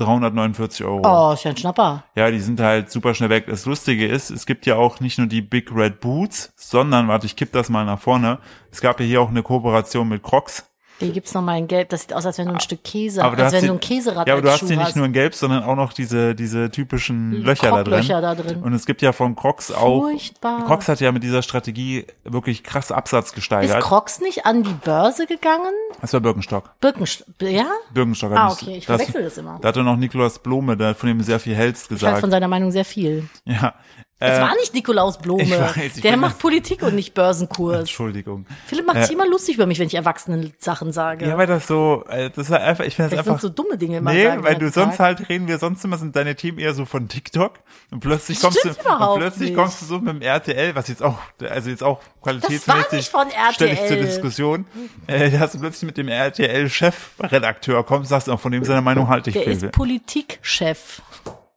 A: 349 Euro.
B: Oh, ist ja ein Schnapper.
A: Ja, die sind halt super schnell weg. Das Lustige ist, es gibt ja auch nicht nur die Big Red Boots, sondern, warte, ich kipp das mal nach vorne. Es gab ja hier auch eine Kooperation mit Crocs.
B: Hier gibt's noch mal in Gelb. Das sieht aus, als wenn du ein Stück Käse,
A: Ah. Aber du
B: als
A: hast
B: also wenn
A: die-
B: du ein Käserad
A: Ja, aber du
B: als
A: hast
B: Schuh
A: hier nicht nur in Gelb, sondern auch noch diese, diese typischen Löcher da drin.
B: Krocklöcher da drin.
A: Und es gibt ja von Crocs auch.
B: Furchtbar.
A: Crocs hat ja mit dieser Strategie wirklich krass Absatz
B: Ist
A: gesteigert.
B: Crocs nicht an die Börse gegangen?
A: Das war Birkenstock.
B: Birkenst ja?
A: Birkenstock hat
B: Ah,
A: nicht-
B: okay, ich
A: da hast
B: verwechsel
A: du-
B: das immer.
A: Da hatte noch Nikolaus Blome, da, von dem du sehr viel hältst,
B: Ich halte
A: gesagt.
B: von seiner Meinung sehr viel.
A: [LAUGHS] ja.
B: Es
A: Äh,
B: war nicht Nikolaus Blome.
A: ich weiß, ich
B: der
A: bin
B: macht
A: das-
B: Politik und nicht Börsenkurs.
A: Entschuldigung.
B: Philipp macht sich immer lustig über mich, wenn ich erwachsenen Sachen sage.
A: Ja, weil das so, äh, das ist halt einfach, ich finde das
B: das sind
A: einfach
B: so dumme Dinge immer
A: Nee,
B: sagen,
A: weil du sonst
B: halt
A: halt reden wir sonst immer sind deine Themen eher so von TikTok und plötzlich
B: Das
A: kommst du
B: stimmt überhaupt
A: und plötzlich
B: nicht.
A: kommst du so mit dem RTL, was jetzt auch also jetzt auch qualitätsmäßig
B: von
A: stelle ich zur
B: RTL.
A: Diskussion, äh, dass du plötzlich mit dem RTL Chefredakteur kommst, sagst auch von dem seiner Meinung halte ich
B: Der
A: viel.
B: ist
A: [LAUGHS]
B: Politikchef.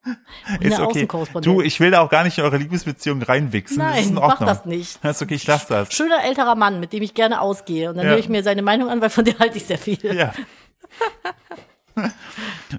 B: Und
A: halt- Ist
B: der
A: okay.
B: Außenkorrespondent.
A: Du, ich will da auch gar nicht in eure Liebesbeziehung reinwichsen. das ist
B: Nein,
A: in
B: mach
A: Ordnung.
B: das nicht.
A: Das ist okay, ich lass das.
B: Schöner älterer Mann, mit dem ich gerne ausgehe. Und dann
A: Ja.
B: höre ich mir seine Meinung an, weil von der halte ich sehr viel.
A: Ja. [LAUGHS]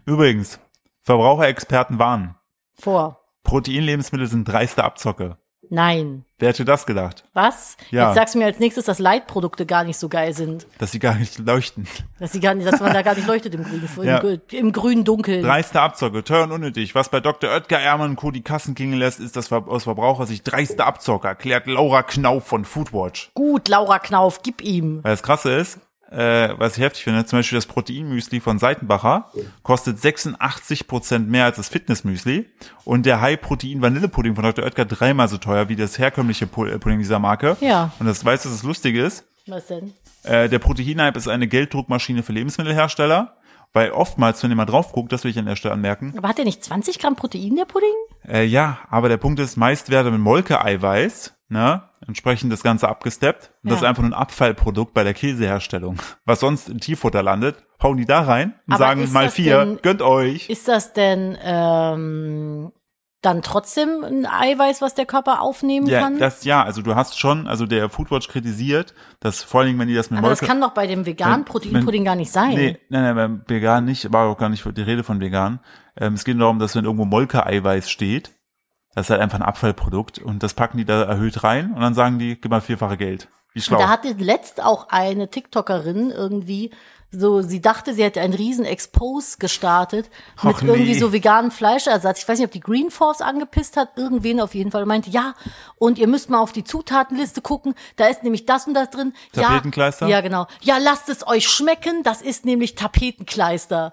A: Übrigens, Verbraucherexperten warnen.
B: Vor.
A: Proteinlebensmittel sind dreiste Abzocke.
B: Nein.
A: Wer hätte das gedacht?
B: Was?
A: Ja.
B: Jetzt sagst du mir als nächstes, dass Leitprodukte gar nicht so geil sind.
A: Dass sie gar nicht leuchten.
B: Dass, sie gar nicht, dass man da gar nicht leuchtet im grünen,
A: Ja.
B: im, grü- im grünen Dunkeln.
A: Dreiste Abzocke, Turn unnötig. Was bei Dr. Oetker Ermann und Co. die Kassen klingen lässt, ist das Ver- aus Verbrauchersicht dreiste Abzocke, erklärt Laura Knauf von Foodwatch.
B: Gut, Laura Knauf, gib ihm.
A: Weil das Krasse ist, äh, was ich heftig finde, zum Beispiel das Proteinmüsli von Seitenbacher kostet 86% mehr als das Fitnessmüsli und der High-Protein-Vanillepudding von Dr. Oetker dreimal so teuer wie das herkömmliche Pu- äh, Pudding dieser Marke.
B: Ja.
A: Und das weißt du, was das Lustige ist?
B: Was denn?
A: Äh, der Proteinhype ist eine Gelddruckmaschine für Lebensmittelhersteller, weil oftmals, wenn ihr mal drauf guckt, das will ich an der Stelle anmerken,
B: Aber hat der nicht 20 Gramm Protein, der Pudding?
A: Äh, ja, aber der Punkt ist, meist werde mit Molke-Eiweiß, ne, entsprechend das Ganze abgesteppt. Und das ist
B: Ja.
A: einfach nur ein Abfallprodukt bei der Käseherstellung. Was sonst in Tierfutter landet, hauen die da rein und
B: Aber
A: sagen
B: ist
A: mal
B: das
A: vier,
B: denn-
A: gönnt euch.
B: Ist das denn ähm, dann trotzdem ein Eiweiß, was der Körper aufnehmen
A: Ja,
B: kann?
A: das, ja, also du hast schon, also der Foodwatch kritisiert, dass vor allen Dingen, wenn die das mit
B: Aber das
A: Molke.
B: kann doch bei dem veganen
A: Wenn- wenn-
B: Proteinpudding gar nicht sein.
A: Nee, nein, nein, beim Vegan nicht, war auch gar nicht die Rede von Vegan. Ähm, es geht nur darum, dass wenn irgendwo Molke-Eiweiß steht, das ist halt einfach ein Abfallprodukt und das packen die da erhöht rein und dann sagen die, gib mal vierfache Geld. Wie schlau.
B: Und da hatte letzt auch eine TikTokerin irgendwie so, sie dachte, sie hätte einen riesen Expose gestartet mit
A: Och,
B: irgendwie
A: nee.
B: so veganen Fleischersatz. Ich weiß nicht, ob die Green Force angepisst hat, irgendwen auf jeden Fall und meinte, ja, und ihr müsst mal auf die Zutatenliste gucken, da ist nämlich das und das drin.
A: Tapetenkleister?
B: Ja, ja, genau. Ja, lasst es euch schmecken, das ist nämlich Tapetenkleister.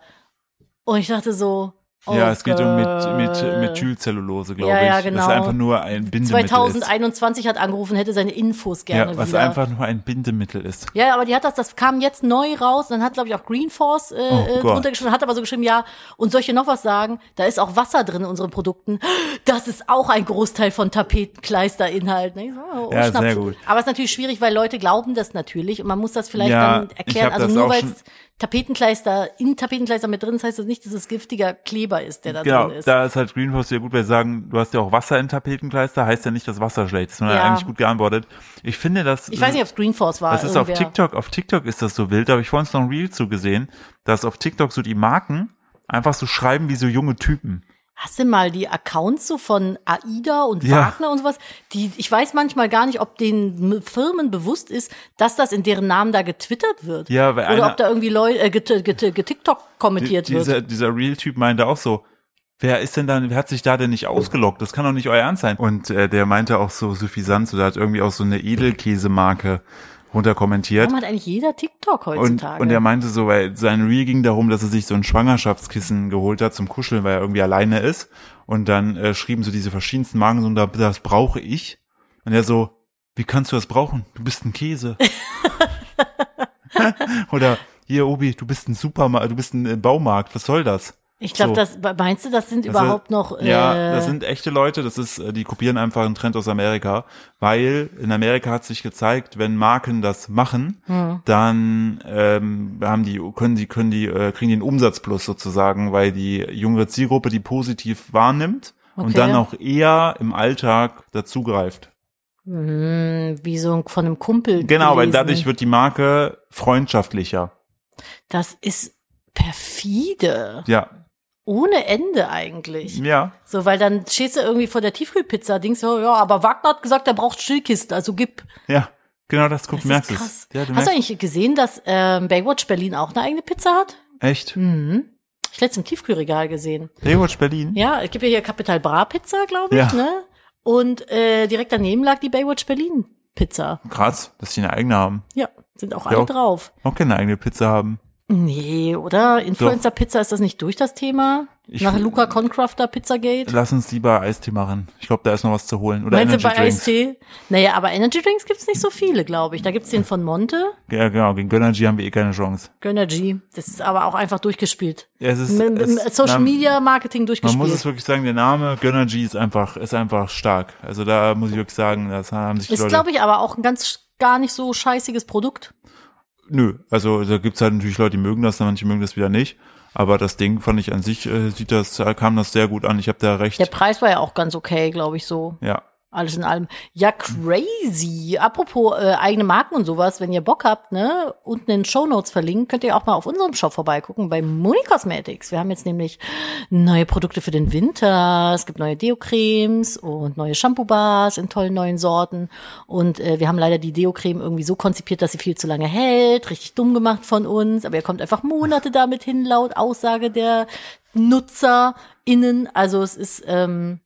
B: Und ich dachte so, oh
A: ja, es geht um mit,
B: girl.
A: mit Methylcellulose, glaube
B: Ja,
A: ich.
B: ja,
A: Das
B: genau.
A: ist einfach nur ein Bindemittel.
B: 2021 hat angerufen, hätte seine Infos
A: ist.
B: gerne
A: Ja, was
B: wieder.
A: einfach nur ein Bindemittel ist.
B: Ja, aber die hat das, das kam jetzt neu raus und dann hat, glaube ich, auch Green Force äh, äh,
A: Oh Gott.
B: drunter geschrieben, hat aber so geschrieben, ja, und soll ich dir noch was sagen? Da ist auch Wasser drin in unseren Produkten. Das ist auch ein Großteil von Tapetenkleisterinhalt. Ne? Ich so, oh,
A: Ja,
B: Schnaps.
A: sehr gut.
B: Aber es ist natürlich schwierig, weil Leute glauben das natürlich und man muss das vielleicht
A: Ja,
B: dann
A: ich
B: erklären.
A: hab
B: Also
A: das
B: nur
A: auch
B: weil
A: schon-
B: Tapetenkleister in Tapetenkleister mit drin ist, heißt das nicht, dass es giftiger Kleber ist, der da
A: Genau,
B: drin ist.
A: da ist halt Greenhouse sehr gut, weil sie sagen, du hast ja auch Wasser in Tapetenkleister, heißt ja nicht, dass Wasser schlecht ist, sondern
B: Ja.
A: eigentlich gut geantwortet. Ich finde, das,
B: ich weiß nicht, ob es Green Force war.
A: das ist auf
B: irgendwer.
A: TikTok, auf TikTok ist das so wild, da habe ich vorhin noch ein Reel zugesehen, dass auf TikTok so die Marken einfach so schreiben wie so junge Typen.
B: Hast du mal die Accounts so von AIDA und
A: Ja.
B: Wagner und sowas? Die, ich weiß manchmal gar nicht, ob den M- Firmen bewusst ist, dass das in deren Namen da getwittert wird.
A: Ja, weil
B: Oder
A: einer-
B: ob da irgendwie Leute, äh, get, get, getiktok kommentiert
A: Die- äh, dieser,
B: wird.
A: Dieser Real-Typ meinte auch so, wer ist denn dann, wer hat sich da denn nicht ausgelockt? Das kann doch nicht euer Ernst sein. Und äh, der meinte auch so suffisant, so, da hat irgendwie auch so eine Edelkäsemarke runterkommentiert.
B: Warum hat eigentlich jeder TikTok
A: Und,
B: heutzutage?
A: und er meinte so, weil sein Reel ging darum, dass er sich so ein Schwangerschaftskissen geholt hat zum Kuscheln, weil er irgendwie alleine ist. Und dann äh, schrieben so diese verschiedensten Marken so, "Da- das brauche ich. Und er so, wie kannst du das brauchen? Du bist ein Käse. [LAUGHS] Oder hier, Obi, du bist ein Supermarkt, du bist ein äh, Baumarkt, was soll das?
B: ich glaube,
A: so.
B: das meinst du, das sind überhaupt noch. Äh,
A: Ja, das sind echte Leute, das ist, äh, die kopieren einfach einen Trend aus Amerika, weil in Amerika hat sich gezeigt, wenn Marken das machen,
B: Hm.
A: dann ähm, haben die, können die, können die, äh, kriegen die einen Umsatzplus sozusagen, weil die jüngere Zielgruppe die positiv wahrnimmt
B: Okay.
A: und dann auch eher im Alltag dazugreift.
B: mh, mhm, wie so ein, von einem Kumpel.
A: Genau, weil
B: gelesen. ne?
A: dadurch wird die Marke freundschaftlicher.
B: Das ist perfide.
A: Ja,
B: Ohne Ende eigentlich.
A: ja.
B: So, weil dann stehst du irgendwie vor der Tiefkühlpizza, denkst du, ja, aber Wagner hat gesagt, er braucht Stillkisten, also gib.
A: Ja, genau das, guck,
B: Das
A: merkst
B: ist
A: es.
B: krass.
A: Ja, du
B: Hast du
A: merkst,
B: eigentlich gesehen, dass ähm, Baywatch Berlin auch eine eigene Pizza hat?
A: echt.
B: Mhm. Ich letztens im Tiefkühlregal gesehen.
A: Baywatch Berlin?
B: Ja, es gibt ja hier Capital Bra Pizza, glaube ich,
A: Ja.
B: ne? Und äh, direkt daneben lag die Baywatch Berlin Pizza.
A: Krass, dass die eine eigene haben.
B: Ja, sind auch alle
A: Ja.
B: drauf.
A: Auch keine eigene Pizza haben.
B: Nee, oder? Influencer Pizza ist das nicht durch das Thema?
A: Ich-
B: Nach Luca Concrafter Pizzagate?
A: Lass uns lieber Eistee machen. Ich glaube, da ist noch was zu holen. Oder
B: Meinst du
A: Energy
B: bei
A: Drinks.
B: Eistee? Naja, aber Energy Drinks gibt's nicht so viele, glaube ich. Da gibt's den von Monte.
A: Ja, genau. Gegen Gönnergy haben wir eh keine Chance.
B: Gönnergy. Das ist aber auch einfach durchgespielt.
A: Es ist,
B: Mit, mit
A: es,
B: Social
A: man,
B: Media Marketing
A: Man
B: durchgespielt.
A: muss es wirklich sagen, der Name Gönnergy ist einfach, ist einfach stark. Also da muss ich wirklich sagen, das haben sich die
B: ist,
A: Leute.
B: glaube ich, aber auch ein ganz sch- gar nicht so scheißiges Produkt.
A: Nö, also da gibt's halt natürlich Leute, die mögen das, manche mögen das wieder nicht. Aber das Ding fand ich äh, an sich, äh, sieht das, kam das sehr gut an. Ich habe da recht.
B: Der Preis war ja auch ganz okay, glaube ich, so.
A: Ja.
B: Alles in allem. Ja, crazy. Apropos äh, eigene Marken und sowas, wenn ihr Bock habt, ne, unten in den Shownotes verlinken, könnt ihr auch mal auf unserem Shop vorbeigucken bei Moni Cosmetics. Wir haben jetzt nämlich neue Produkte für den Winter. Es gibt neue Deo-Cremes und neue Shampoo-Bars in tollen neuen Sorten. Und äh, wir haben leider die Deo-Creme irgendwie so konzipiert, dass sie viel zu lange hält. Richtig dumm gemacht von uns. Aber ihr kommt einfach Monate damit hin, laut Aussage der NutzerInnen. Also es ist ähm,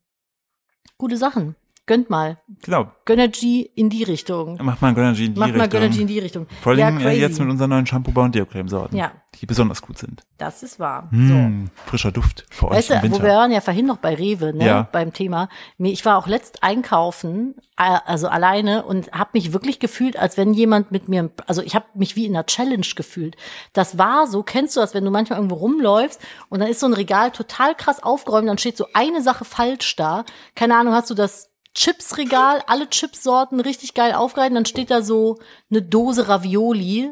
B: gute Sachen. Gönnt mal.
A: Genau.
B: Gönnergy in die Richtung.
A: Macht mal Gönnergy in die
B: Macht mal
A: Richtung.
B: Gönnergy in die Richtung.
A: Vor
B: ja,
A: allem äh,
B: crazy.
A: jetzt mit unseren neuen Shampoo-Bar und Deo-Cremesorten,
B: Ja.
A: die besonders gut sind.
B: das ist wahr.
A: Mm, Frischer Duft für
B: So.
A: euch
B: Weißt
A: im
B: du, wo wir
A: Winter.
B: waren ja vorhin noch bei Rewe, ne,
A: Ja.
B: beim Thema. Mir- Ich war auch letzt einkaufen, a- also alleine und habe mich wirklich gefühlt, als wenn jemand mit mir, also ich habe mich wie in einer Challenge gefühlt. Das war so, kennst du das, wenn du manchmal irgendwo rumläufst und dann ist so ein Regal total krass aufgeräumt, dann steht so eine Sache falsch da. Keine Ahnung, hast du das Chipsregal, alle Chipsorten richtig geil aufgereiht, und dann steht da so eine Dose Ravioli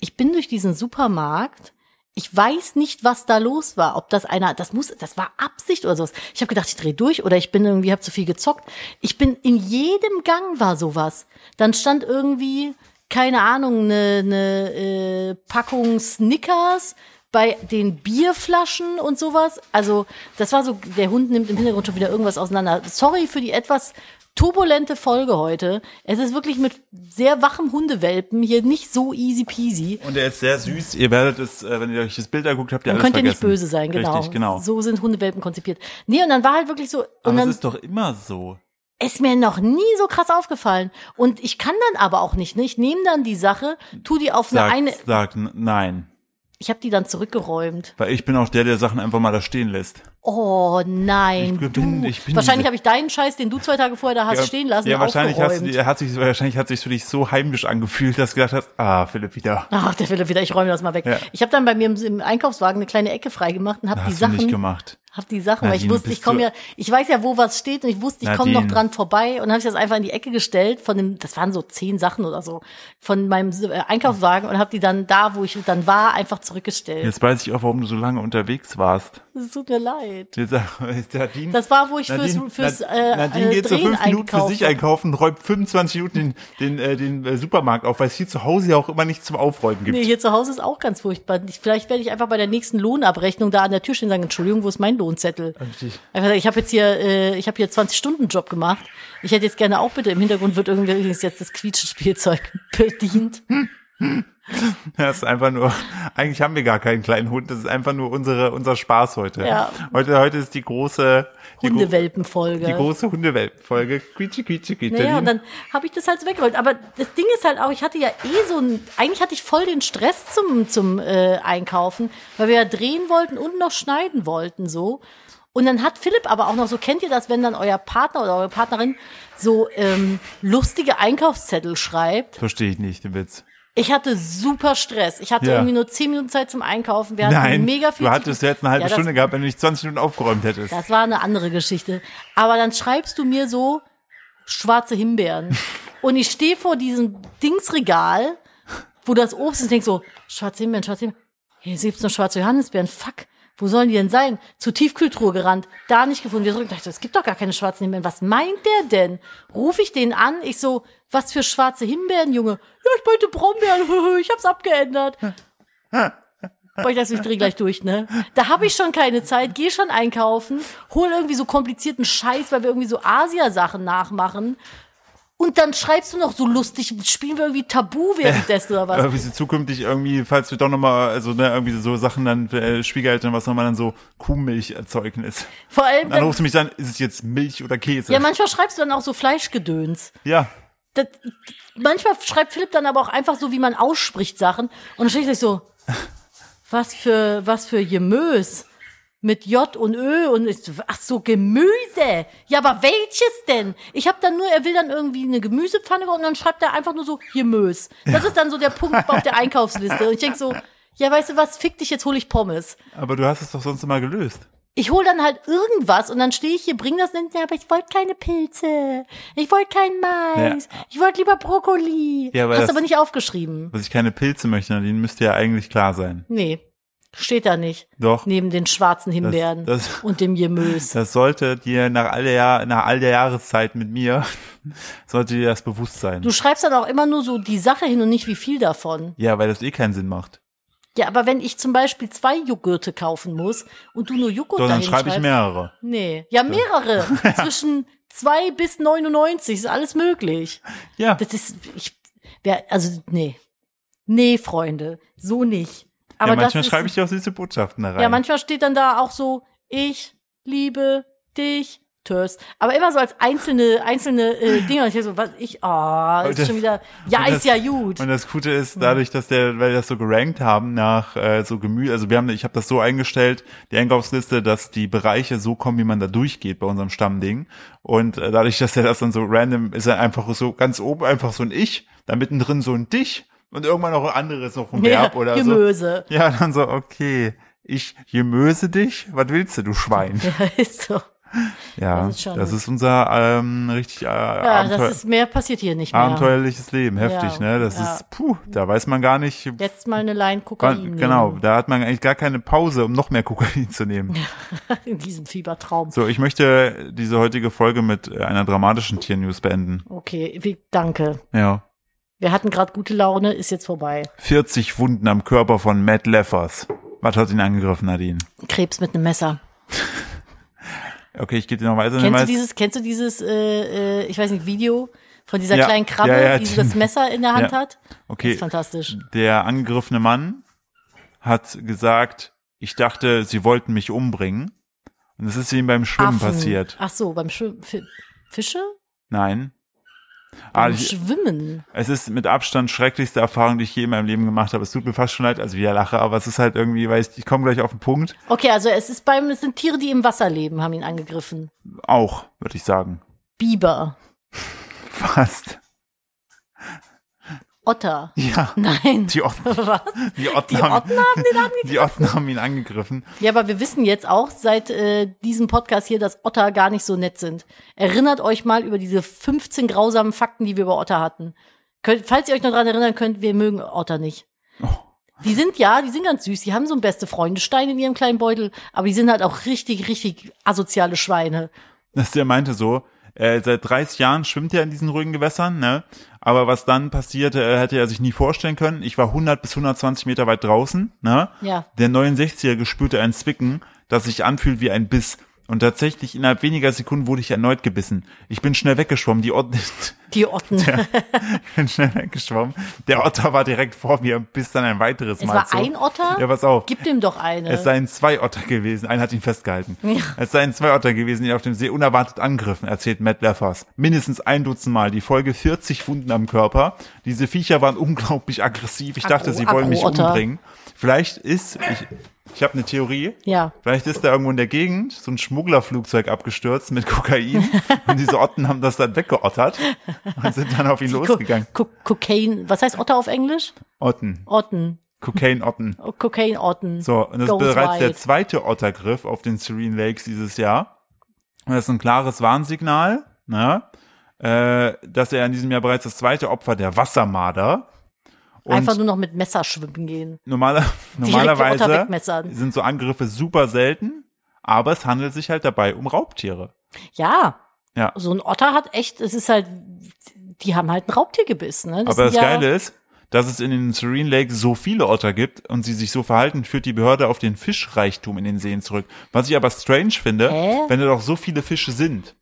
B: ich bin durch diesen Supermarkt. Ich weiß nicht, was da los war. Ob das einer, das muss, das war Absicht oder sowas. Ich habe gedacht, ich drehe durch oder ich bin irgendwie, habe zu viel gezockt. Ich bin in jedem Gang war sowas. Dann stand irgendwie, keine Ahnung, eine ne, äh, Packung Snickers bei den Bierflaschen und sowas. Also das war so, der Hund nimmt im Hintergrund schon wieder irgendwas auseinander. Sorry für die etwas turbulente Folge heute. Es ist wirklich mit sehr wachem Hundewelpen hier nicht so easy peasy.
A: Und er ist sehr süß. Ihr werdet es, äh, wenn ihr euch das Bild anguckt, habt ihr
B: Man
A: alles
B: könnte nicht
A: vergessen.
B: böse sein, genau.
A: Richtig, genau.
B: So sind Hundewelpen konzipiert. Nee, und dann war halt wirklich so, und
A: Aber es
B: dann
A: ist doch immer so.
B: ist mir noch nie so krass aufgefallen. Und ich kann dann aber auch nicht, ne? Ich nehme dann die Sache, tu die auf
A: Sagt,
B: eine, eine
A: sagt n- nein.
B: ich habe die dann zurückgeräumt.
A: Weil ich bin auch der, der Sachen einfach mal da stehen lässt.
B: Oh nein,
A: Ich bin-
B: du.
A: ich bin-
B: wahrscheinlich habe ich deinen Scheiß, den du zwei Tage vorher da hast stehen lassen,
A: ja, wahrscheinlich, hast du,
B: aufgeräumt.
A: die- hat sich, wahrscheinlich hat sich für dich so heimisch angefühlt, dass du gedacht hast, ah, Philipp wieder.
B: Ach, der Philipp wieder, ich räume das mal weg.
A: Ja.
B: Ich habe dann bei mir im, im Einkaufswagen eine kleine Ecke freigemacht und habe die
A: Hast du nicht
B: Sachen
A: gemacht.
B: Hab die Sachen, weil ich
A: Nadine,
B: wusste, ich
A: bist
B: komme
A: du-
B: ja, ich weiß ja, wo was steht und ich wusste, ich komme noch
A: Nadine.
B: dran vorbei und habe ich das einfach in die Ecke gestellt von dem, das waren so zehn Sachen oder so von meinem äh, Einkaufswagen und habe die dann da, wo ich dann war, einfach zurückgestellt.
A: Jetzt weiß ich auch, warum du so lange unterwegs warst.
B: Es tut mir leid.
A: Jetzt [LAUGHS] ist Nadine,
B: Das war, wo ich
A: Nadine,
B: fürs, fürs
A: Nad-
B: äh,
A: Nadine
B: äh,
A: geht so
B: Drehen
A: fünf Minuten für
B: einkaufen.
A: sich einkaufen und räumt 25 Minuten den, den, äh, den äh, Supermarkt auf, weil es hier zu Hause ja auch immer nichts zum Aufräumen gibt.
B: Nee, hier zu Hause ist auch ganz furchtbar. Ich, vielleicht werde ich einfach bei der nächsten Lohnabrechnung da an der Tür stehen und sagen, Entschuldigung, wo ist mein Lohnzettel?
A: Richtig.
B: Einfach sagen, ich habe jetzt hier, äh, ich habe hier 20 Stunden Job gemacht. Ich hätte jetzt gerne auch bitte im Hintergrund wird irgendwie übrigens jetzt das Quietschespielzeug [LAUGHS] bedient.
A: [LAUGHS] Das ist einfach nur, eigentlich haben wir gar keinen kleinen Hund, das ist einfach nur unsere, unser Spaß heute.
B: Ja.
A: Heute, heute ist die große, die, gro- die
B: Hundewelpenfolge.
A: große Hundewelpenfolge. Quietsche, quietsche, quietsche.
B: Naja, und dann habe ich das halt so weggerollt. Aber das Ding ist halt auch, ich hatte ja eh so ein, eigentlich hatte ich voll den Stress zum, zum äh, Einkaufen, weil wir ja drehen wollten und noch schneiden wollten so. Und dann hat Philipp aber auch noch so, kennt ihr das, wenn dann euer Partner oder eure Partnerin so ähm, lustige Einkaufszettel schreibt?
A: Verstehe ich nicht, den Witz.
B: Ich hatte super Stress. Ich hatte
A: Ja.
B: irgendwie nur 10 Minuten Zeit zum Einkaufen. Wir hatten
A: Nein,
B: mega viel
A: du
B: zu
A: hattest
B: tun.
A: ja jetzt eine halbe
B: Ja, das-
A: Stunde gehabt, wenn du nicht 20 Minuten aufgeräumt hättest.
B: Das war eine andere Geschichte. Aber dann schreibst du mir so schwarze Himbeeren. Und ich stehe vor diesem Dingsregal, wo das Obst ist und denk so, schwarze Himbeeren, schwarze Himbeeren. Hier gibt's noch schwarze Johannisbeeren. Fuck. Wo sollen die denn sein? Zur Tiefkühltruhe gerannt. Da nicht gefunden. Wir zurück. Dachte, es gibt doch gar keine schwarzen Himbeeren. Was meint der denn? Ruf ich den an? Ich so, was für schwarze Himbeeren, Junge? Ja, ich meinte Brombeeren. [LAUGHS] Ich hab's abgeändert. Aber ich lasse mich dreh gleich durch, ne? Da habe ich schon keine Zeit, geh schon einkaufen, hol irgendwie so komplizierten Scheiß, weil wir irgendwie so Asia-Sachen nachmachen. Und dann schreibst du noch so lustig, spielen wir irgendwie Tabu währenddessen oder was?
A: Irgendwie so zukünftig irgendwie, falls wir doch nochmal, also ne, irgendwie so Sachen dann, äh, Schwiegereltern, was nochmal dann so Kuhmilcherzeugnis.
B: Vor allem
A: Dann
B: dann,
A: rufst du mich dann, ist es jetzt Milch oder Käse?
B: ja, manchmal schreibst du dann auch so Fleischgedöns.
A: ja.
B: Das, manchmal schreibt Philipp dann aber auch einfach so, wie man ausspricht Sachen. Und dann stehe ich so, was für, was für Gemüse mit J und Ö und ich so, ach so, Gemüse. Ja, aber welches denn? Ich habe dann nur, er will dann irgendwie eine Gemüsepfanne und dann schreibt er einfach nur so Gemüse. Das ist dann so der Punkt auf der Einkaufsliste. Und ich denk so, ja, weißt du was, fick dich, jetzt hole ich Pommes.
A: Aber du hast es doch sonst immer gelöst.
B: Ich hole dann halt irgendwas und dann stehe ich hier, bring das und ja, aber ich wollte keine Pilze. Ich wollte keinen Mais. Ich wollte lieber Brokkoli.
A: Ja, aber
B: Hast
A: das-
B: aber nicht aufgeschrieben.
A: Dass ich keine Pilze möchte, Nadine, müsste ja eigentlich klar sein.
B: Nee. Steht da nicht.
A: Doch.
B: Neben den schwarzen Himbeeren
A: das-
B: und
A: [LAUGHS]
B: dem Gemüse.
A: Das sollte dir nach all der, nach all der Jahreszeit mit mir, [LAUGHS] sollte dir das bewusst sein.
B: Du schreibst dann auch immer nur so die Sache hin und nicht wie viel davon.
A: ja, weil das eh keinen Sinn macht.
B: Ja, aber wenn ich zum Beispiel zwei Joghurte kaufen muss und du nur Joghurt
A: Doch, dann
B: dahin
A: schreibe ich
B: schreibst-
A: mehrere.
B: Nee.
A: [LAUGHS]
B: Ja, mehrere. Zwischen zwei bis 99 ist alles möglich.
A: Ja.
B: Das ist, ich, wer, also, nee. Nee, Freunde. So nicht. Aber
A: ja, manchmal
B: das ist,
A: schreibe ich dir auch süße Botschaften da rein.
B: Ja, manchmal steht dann da auch so, ich liebe dich, Tös. Aber immer so als einzelne, einzelne
A: [LAUGHS]
B: äh, Dinge. Und ich so, was, ich, ah,
A: Und
B: ist
A: das-
B: schon wieder, ja,
A: und
B: ist
A: das-
B: ja gut.
A: Und das Gute ist, dadurch, dass der, weil wir das so gerankt haben nach äh, so Gemüse, also wir haben, ich habe das so eingestellt, die Einkaufsliste, dass die Bereiche so kommen, wie man da durchgeht bei unserem Stammding. Und äh, dadurch, dass der das dann so random ist, er einfach so ganz oben einfach so ein Ich, dann mittendrin so ein Dich und irgendwann noch ein anderes
B: [LAUGHS]
A: noch ein Verb oder so.
B: Gemüse. [LAUGHS]
A: Ja, dann so, okay, ich gemöse dich, was willst du, du Schwein?
B: Ja, ist so.
A: Ja,
B: Das
A: das
B: ist
A: ist,
B: schon-
A: unser ähm, richtig äh,
B: Ja,
A: Abenteuer.
B: das ist, mehr passiert hier nicht mehr.
A: Abenteuerliches Leben, heftig,
B: Ja,
A: ne? Das
B: ja.
A: ist, puh, da weiß man gar nicht,
B: Jetzt mal eine Line
A: wann-
B: Kokain.
A: genau,
B: nehmen.
A: da hat man eigentlich gar keine Pause, um noch mehr Kokain [LAUGHS] zu nehmen.
B: [LAUGHS] In diesem Fiebertraum.
A: So, ich möchte diese heutige Folge mit äh, einer dramatischen Tiernews beenden.
B: Okay, wie, danke.
A: Ja.
B: Wir hatten gerade gute Laune, ist jetzt vorbei.
A: 40 Wunden am Körper von Matt Leffers. Was hat ihn angegriffen, Nadine?
B: Krebs mit einem Messer.
A: Okay, ich gebe dir noch weiter.
B: Kennst du dieses, kennst du dieses, äh, äh, ich weiß nicht, Video von dieser
A: Ja,
B: kleinen Krabbe,
A: ja, ja,
B: die so
A: den-
B: das Messer in der Hand
A: Ja,
B: hat? Das
A: okay,
B: ist fantastisch.
A: der angegriffene Mann hat gesagt, ich dachte, sie wollten mich umbringen. Und es ist ihm beim Schwimmen
B: Affen.
A: passiert.
B: Ach so, beim Schwimmen. Fi- Fische?
A: Nein. Ah,
B: Beim
A: ich-
B: Schwimmen.
A: Es ist mit Abstand schrecklichste Erfahrung, die ich je in meinem Leben gemacht habe. Es tut mir fast schon leid, also wieder lache, aber es ist halt irgendwie, weil ich, ich komme gleich auf den Punkt.
B: Okay, also es ist beim, es sind Tiere, die im Wasser leben, haben ihn angegriffen.
A: Auch, würde ich sagen.
B: Biber,
A: Fast.
B: Otter.
A: Ja.
B: Nein. [LAUGHS]
A: Die Otten,
B: Was?
A: die
B: Die
A: Otten,
B: Otten
A: haben,
B: haben den angegriffen.
A: [LAUGHS] die Otten haben ihn angegriffen.
B: Ja, aber wir wissen jetzt auch seit äh, diesem Podcast hier, dass Otter gar nicht so nett sind. Erinnert euch mal über diese 15 grausamen Fakten, die wir über Otter hatten. Könnt, falls ihr euch noch dran erinnern könnt, wir mögen Otter nicht.
A: Oh.
B: Die sind ja, die sind ganz süß, die haben so einen beste Freundestein in ihrem kleinen Beutel, aber die sind halt auch richtig, richtig asoziale Schweine.
A: [LAUGHS] dass der meinte so, äh, seit 30 Jahren schwimmt er in diesen ruhigen Gewässern, ne? Aber was dann passierte, äh, hätte er sich nie vorstellen können. Ich war 100 bis 120 Meter weit draußen, ne?
B: Ja.
A: Der 69er spürte ein Zwicken, das sich anfühlt wie ein Biss. Und tatsächlich innerhalb weniger Sekunden wurde ich erneut gebissen. Ich bin schnell weggeschwommen, die [LAUGHS] Otter,
B: Die Otten.
A: ich bin schnell weggeschwommen. Der Otter war direkt vor mir und biss dann ein weiteres
B: es
A: Mal
B: war
A: zu.
B: ein Otter?
A: Ja, pass auf.
B: [LAUGHS] Gib dem doch eine.
A: Es seien zwei Otter gewesen. Einer hat ihn festgehalten.
B: Ja.
A: Es seien zwei Otter gewesen, die ihn auf dem See unerwartet angriffen, erzählt Matt Leffers. Mindestens ein Dutzend Mal. Die Folge 40 Wunden am Körper. Diese Viecher waren unglaublich aggressiv. Ich
B: Aggro-
A: dachte, sie wollen mich
B: Aggro-Otter.
A: umbringen. Vielleicht ist, ich, ich habe eine Theorie.
B: Ja.
A: Vielleicht ist da irgendwo in der Gegend so ein Schmugglerflugzeug abgestürzt mit
B: [LAUGHS]
A: Kokain und diese Otten haben das dann weggeottert und sind dann auf ihn
B: Co-
A: losgegangen.
B: Co Cocaine, was heißt Otter auf Englisch?
A: Otten,
B: Otten.
A: Kokain-Otten.
B: Oh, Cocaine-Otten.
A: So, und das
B: Goes
A: ist bereits der
B: wild.
A: zweite Ottergriff auf den Serene Lakes dieses Jahr. Und das ist ein klares Warnsignal, ne? äh, dass er in diesem Jahr bereits das zweite Opfer der Wassermarder. Und
B: Einfach nur noch mit Messer schwimmen gehen.
A: normaler,
B: Otter
A: normalerweise
B: wegmessern.
A: sind so Angriffe super selten, aber es handelt sich halt dabei um Raubtiere.
B: Ja,
A: Ja.
B: so ein Otter hat echt, es ist halt, die haben halt ein Raubtier gebissen. Ne?
A: aber das
B: sind ja,
A: Geile ist, dass es in den Serene Lakes so viele Otter gibt und sie sich so verhalten, führt die Behörde auf den Fischreichtum in den Seen zurück. Was ich aber strange finde,
B: Hä?
A: wenn da doch so viele Fische sind.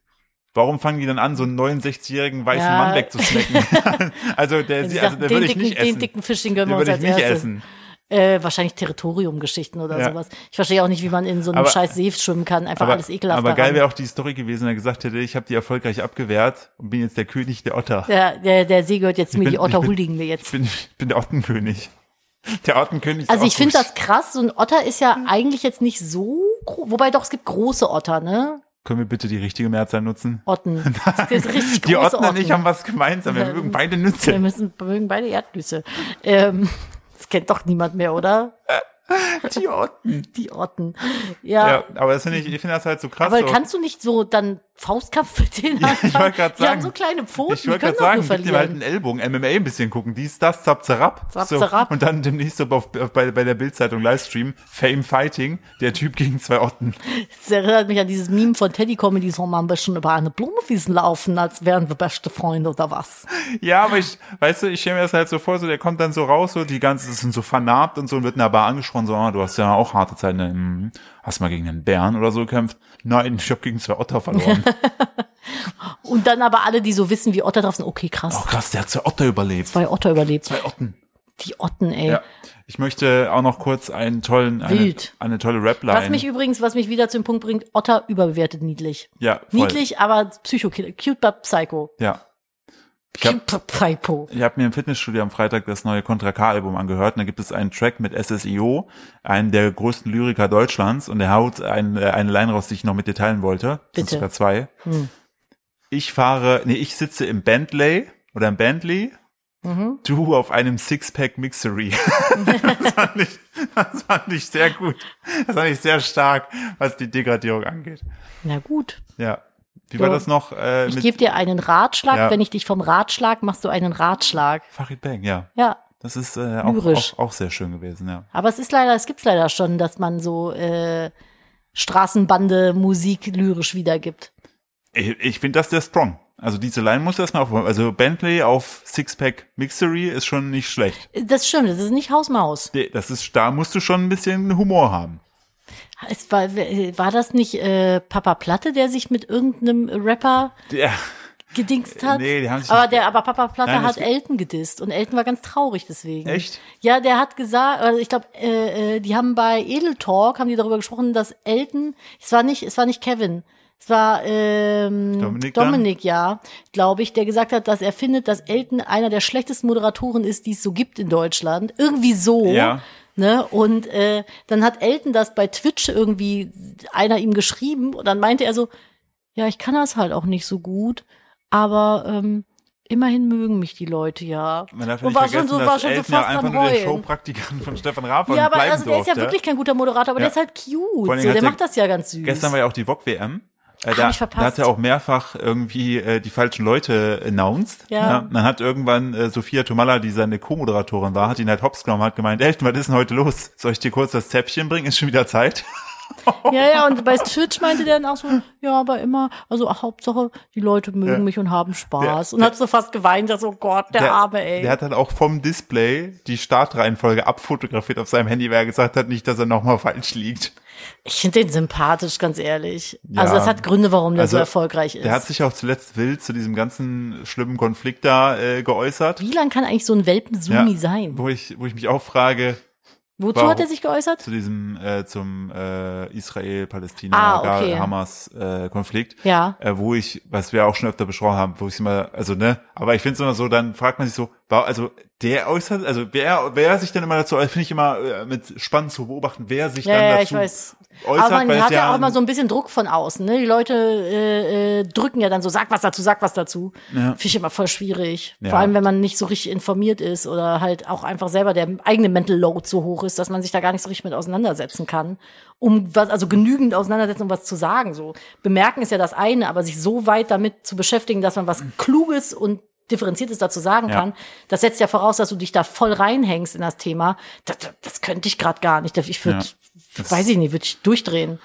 A: Warum fangen die dann an, so einen 69-jährigen weißen
B: Ja.
A: Mann wegzusnacken?
B: [LAUGHS]
A: also der,
B: wenn sie
A: also
B: sagt,
A: der
B: den,
A: würde ich
B: dicken,
A: nicht
B: den
A: essen.
B: dicken Fisch, den gönnen wir
A: Den
B: uns
A: würde ich
B: als
A: nicht
B: erstes.
A: essen.
B: Äh, wahrscheinlich Territoriumgeschichten oder
A: Ja.
B: sowas. Ich verstehe auch nicht, wie man in so einem
A: Aber-
B: scheiß See schwimmen kann. Einfach
A: Aber,
B: alles ekelhaft.
A: aber geil
B: daran.
A: wäre auch die Story gewesen, wenn er gesagt hätte, ich habe die erfolgreich abgewehrt und bin jetzt der König der Otter.
B: der, der, der See gehört jetzt mir,
A: bin-
B: die Otter
A: ich bin-
B: huldigen mir jetzt.
A: Ich, bin, ich bin der Ottenkönig. Der Ottenkönig ist
B: Also
A: auch
B: ich finde
A: gut.
B: das krass, so ein Otter ist ja eigentlich jetzt nicht so groß, wobei doch, es gibt große Otter, ne?
A: Können wir bitte die richtige Mehrzahl nutzen? [LAUGHS]
B: Otten. Es gibt richtig
A: Die
B: große
A: Otten und ich
B: Otten.
A: haben was gemeinsam. Wir
B: Ähm,
A: mögen beide
B: Wir
A: Nüsse.
B: müssen mögen beide Erdnüsse. Ähm, das kennt doch niemand mehr, oder?
A: Die Otten.
B: Die Otten.
A: Ja,
B: Ja.
A: aber das finde ich, ich finde das halt so krass.
B: Aber
A: so.
B: kannst du nicht so dann Faustkampf mit denen
A: Ja, ich
B: anfangen?
A: wollte gerade
B: Die haben
A: sagen.
B: so kleine Pfoten,
A: ich
B: die
A: wollte
B: können
A: gerade
B: doch nur
A: sagen, gib dem halt einen
B: verlieren.
A: Ellbogen, MMA ein bisschen gucken, dies, das, zap, zerab.
B: Zap,
A: so,
B: zerab.
A: Und dann demnächst so auf, auf, bei, bei der Bildzeitung Livestream, Fame Fighting, der Typ gegen zwei Otten.
B: Das erinnert mich an dieses Meme von Teddy Comedy, so man bisschen über eine Blumenwiesen laufen, als wären wir beste Freunde oder was.
A: Ja, aber ich, weißt du, ich stelle mir das halt so vor, so der kommt dann so raus, so die ganze, das sind so vernarbt und so und wird in der Bar angesprochen, so, ah, du hast ja auch harte Zeiten, hm, hast mal gegen einen Bären oder so gekämpft. Nein, ich habe gegen zwei Otter
B: [LAUGHS]
A: verloren.
B: Und dann aber alle, die so wissen, wie Otter drauf sind, okay, krass.
A: oh krass, der hat zwei Otter überlebt.
B: Zwei Otter überlebt.
A: Zwei Otten.
B: Die Otten, ey.
A: Ja. Ich möchte auch noch kurz einen tollen, eine,
B: Wild.
A: eine tolle Rap-Line.
B: Was mich übrigens, was mich wieder zum Punkt bringt, Otter überbewertet niedlich.
A: ja, voll.
B: Niedlich, aber Psycho, cute but psycho.
A: Ja. Ich hab-
B: Cute but psycho.
A: Ich habe mir im Fitnessstudio am Freitag das neue Contra K-Album angehört und da gibt es einen Track mit SSIO, einem der größten Lyriker Deutschlands und der haut ein, äh, eine Line raus, die ich noch mit dir teilen wollte. Das sind
B: Bitte.
A: sogar zwei.
B: Hm.
A: Ich fahre, nee, ich sitze im Bentley oder im Bentley,
B: Mhm.
A: du auf einem Sixpack Mixery. [LAUGHS] das, fand ich, das fand ich sehr gut. Das fand ich sehr stark, was die Degradierung angeht.
B: Na gut.
A: Ja. Wie
B: So.
A: war das noch äh,
B: Ich
A: mit
B: gebe dir einen Ratschlag.
A: Ja.
B: Wenn ich dich vom Ratschlag, machst du einen Ratschlag.
A: Farid Bang? Ja.
B: Ja.
A: Das ist äh, auch,
B: Lyrisch.
A: auch, auch sehr schön gewesen, ja.
B: Aber es ist leider, es gibt's leider schon, dass man so äh, Straßenbande Musik lyrisch wiedergibt.
A: Ich, ich finde das sehr strong. Also diese Line muss erstmal aufbauen. Also Bentley auf Sixpack Mixery ist schon nicht schlecht.
B: Das stimmt, das ist nicht Hausmaus.
A: Nee, Das ist, da musst du schon ein bisschen Humor haben.
B: Es war, war das nicht äh, Papa Platte, der sich mit irgendeinem Rapper
A: Ja,
B: gedingst hat?
A: Nee, die haben sich
B: aber
A: nicht-
B: der, aber Papa Platte
A: Nein,
B: hat
A: es-
B: Elton gedisst und Elton war ganz traurig deswegen.
A: Echt?
B: Ja, der hat gesagt, also ich glaube, äh, äh, die haben bei Edel Talk haben die darüber gesprochen, dass Elton, es war nicht, es war nicht Kevin, es war ähm,
A: Dominik
B: Dominik,
A: dann?
B: ja, glaube ich, der gesagt hat, dass er findet, dass Elton einer der schlechtesten Moderatoren ist, die es so gibt in Deutschland. Irgendwie so.
A: Ja.
B: Ne? Und äh, dann hat Elton das bei Twitch irgendwie einer ihm geschrieben und dann meinte er so, ja, ich kann das halt auch nicht so gut, aber ähm, immerhin mögen mich die Leute ja.
A: Man darf ja
B: und
A: nicht
B: war
A: vergessen,
B: schon so,
A: dass
B: war schon so
A: Elton ja
B: fast
A: einfach
B: am
A: nur der
B: Heulen.
A: Showpraktikant von Stefan Raab
B: Ja, aber
A: bleiben
B: also der ist ja
A: durfte.
B: wirklich kein guter Moderator, aber
A: Ja.
B: der ist halt cute.
A: Vor allen Dingen
B: So,
A: hat
B: der
A: er-
B: macht das ja ganz süß.
A: Gestern war ja auch die VOG-WM. Äh,
B: Hab
A: da,
B: ich
A: da
B: verpasst.
A: hat er auch mehrfach irgendwie äh, die falschen Leute announced.
B: Ja.
A: Dann hat irgendwann äh, Sophia Tomalla, die seine Co-Moderatorin war, hat ihn halt hops genommen, hat gemeint, Elton, was ist denn heute los? Soll ich dir kurz das Zäpfchen bringen? Ist schon wieder Zeit.
B: ja, ja, und bei Twitch meinte der dann auch so, ja, aber immer, also ach, Hauptsache, die Leute mögen
A: Ja.
B: mich und haben Spaß.
A: Der-
B: und hat so fast geweint, dass, oh Gott, [LAUGHS] der, Arme, ey.
A: Der hat dann auch vom Display die Startreihenfolge abfotografiert auf seinem Handy, weil er gesagt hat, nicht, dass er nochmal falsch liegt.
B: ich finde den sympathisch, ganz ehrlich.
A: Ja.
B: Also das hat Gründe, warum der so erfolgreich ist.
A: Der hat sich auch zuletzt wild zu diesem ganzen schlimmen Konflikt da äh, geäußert.
B: Wie lang kann eigentlich so ein Welpen-Sumi sein?
A: Wo ich, wo ich mich auch frage,
B: Wozu
A: warum-
B: hat er sich geäußert?
A: zu diesem, äh, zum äh,
B: Ah, okay.
A: Israel-Palästina-Hamas-Konflikt.
B: Ja.
A: Äh, wo ich, was wir auch schon öfter besprochen haben, wo ich immer, also ne, aber ich finde es immer so, dann fragt man sich so, wa- also der äußert, also wer, wer sich dann immer dazu, äußert, finde ich immer äh, mit spannend zu beobachten, wer sich
B: Ja,
A: dann
B: ja,
A: dazu
B: ich weiß.
A: äußert,
B: Aber
A: weil
B: man
A: es
B: hat ja auch
A: ein-
B: immer so ein bisschen Druck von außen. Ne? Die Leute äh, äh, drücken ja dann so, sag was dazu, sag was dazu.
A: Ja.
B: Finde ich immer voll schwierig.
A: Ja.
B: Vor allem, wenn man nicht so richtig informiert ist oder halt auch einfach selber der eigene Mental Load so hoch ist, dass man sich da gar nicht so richtig mit auseinandersetzen kann. Um was, also genügend auseinandersetzen, um was zu sagen. So Bemerken ist ja das eine, aber sich so weit damit zu beschäftigen, dass man was Kluges und Differenziertes dazu sagen
A: Mhm. Ja.
B: kann, das setzt ja voraus, dass du dich da voll reinhängst in das Thema. Das, das, das könnte ich gerade gar nicht. Ich würde,
A: Ja. Das-
B: weiß ich nicht, würde ich durchdrehen.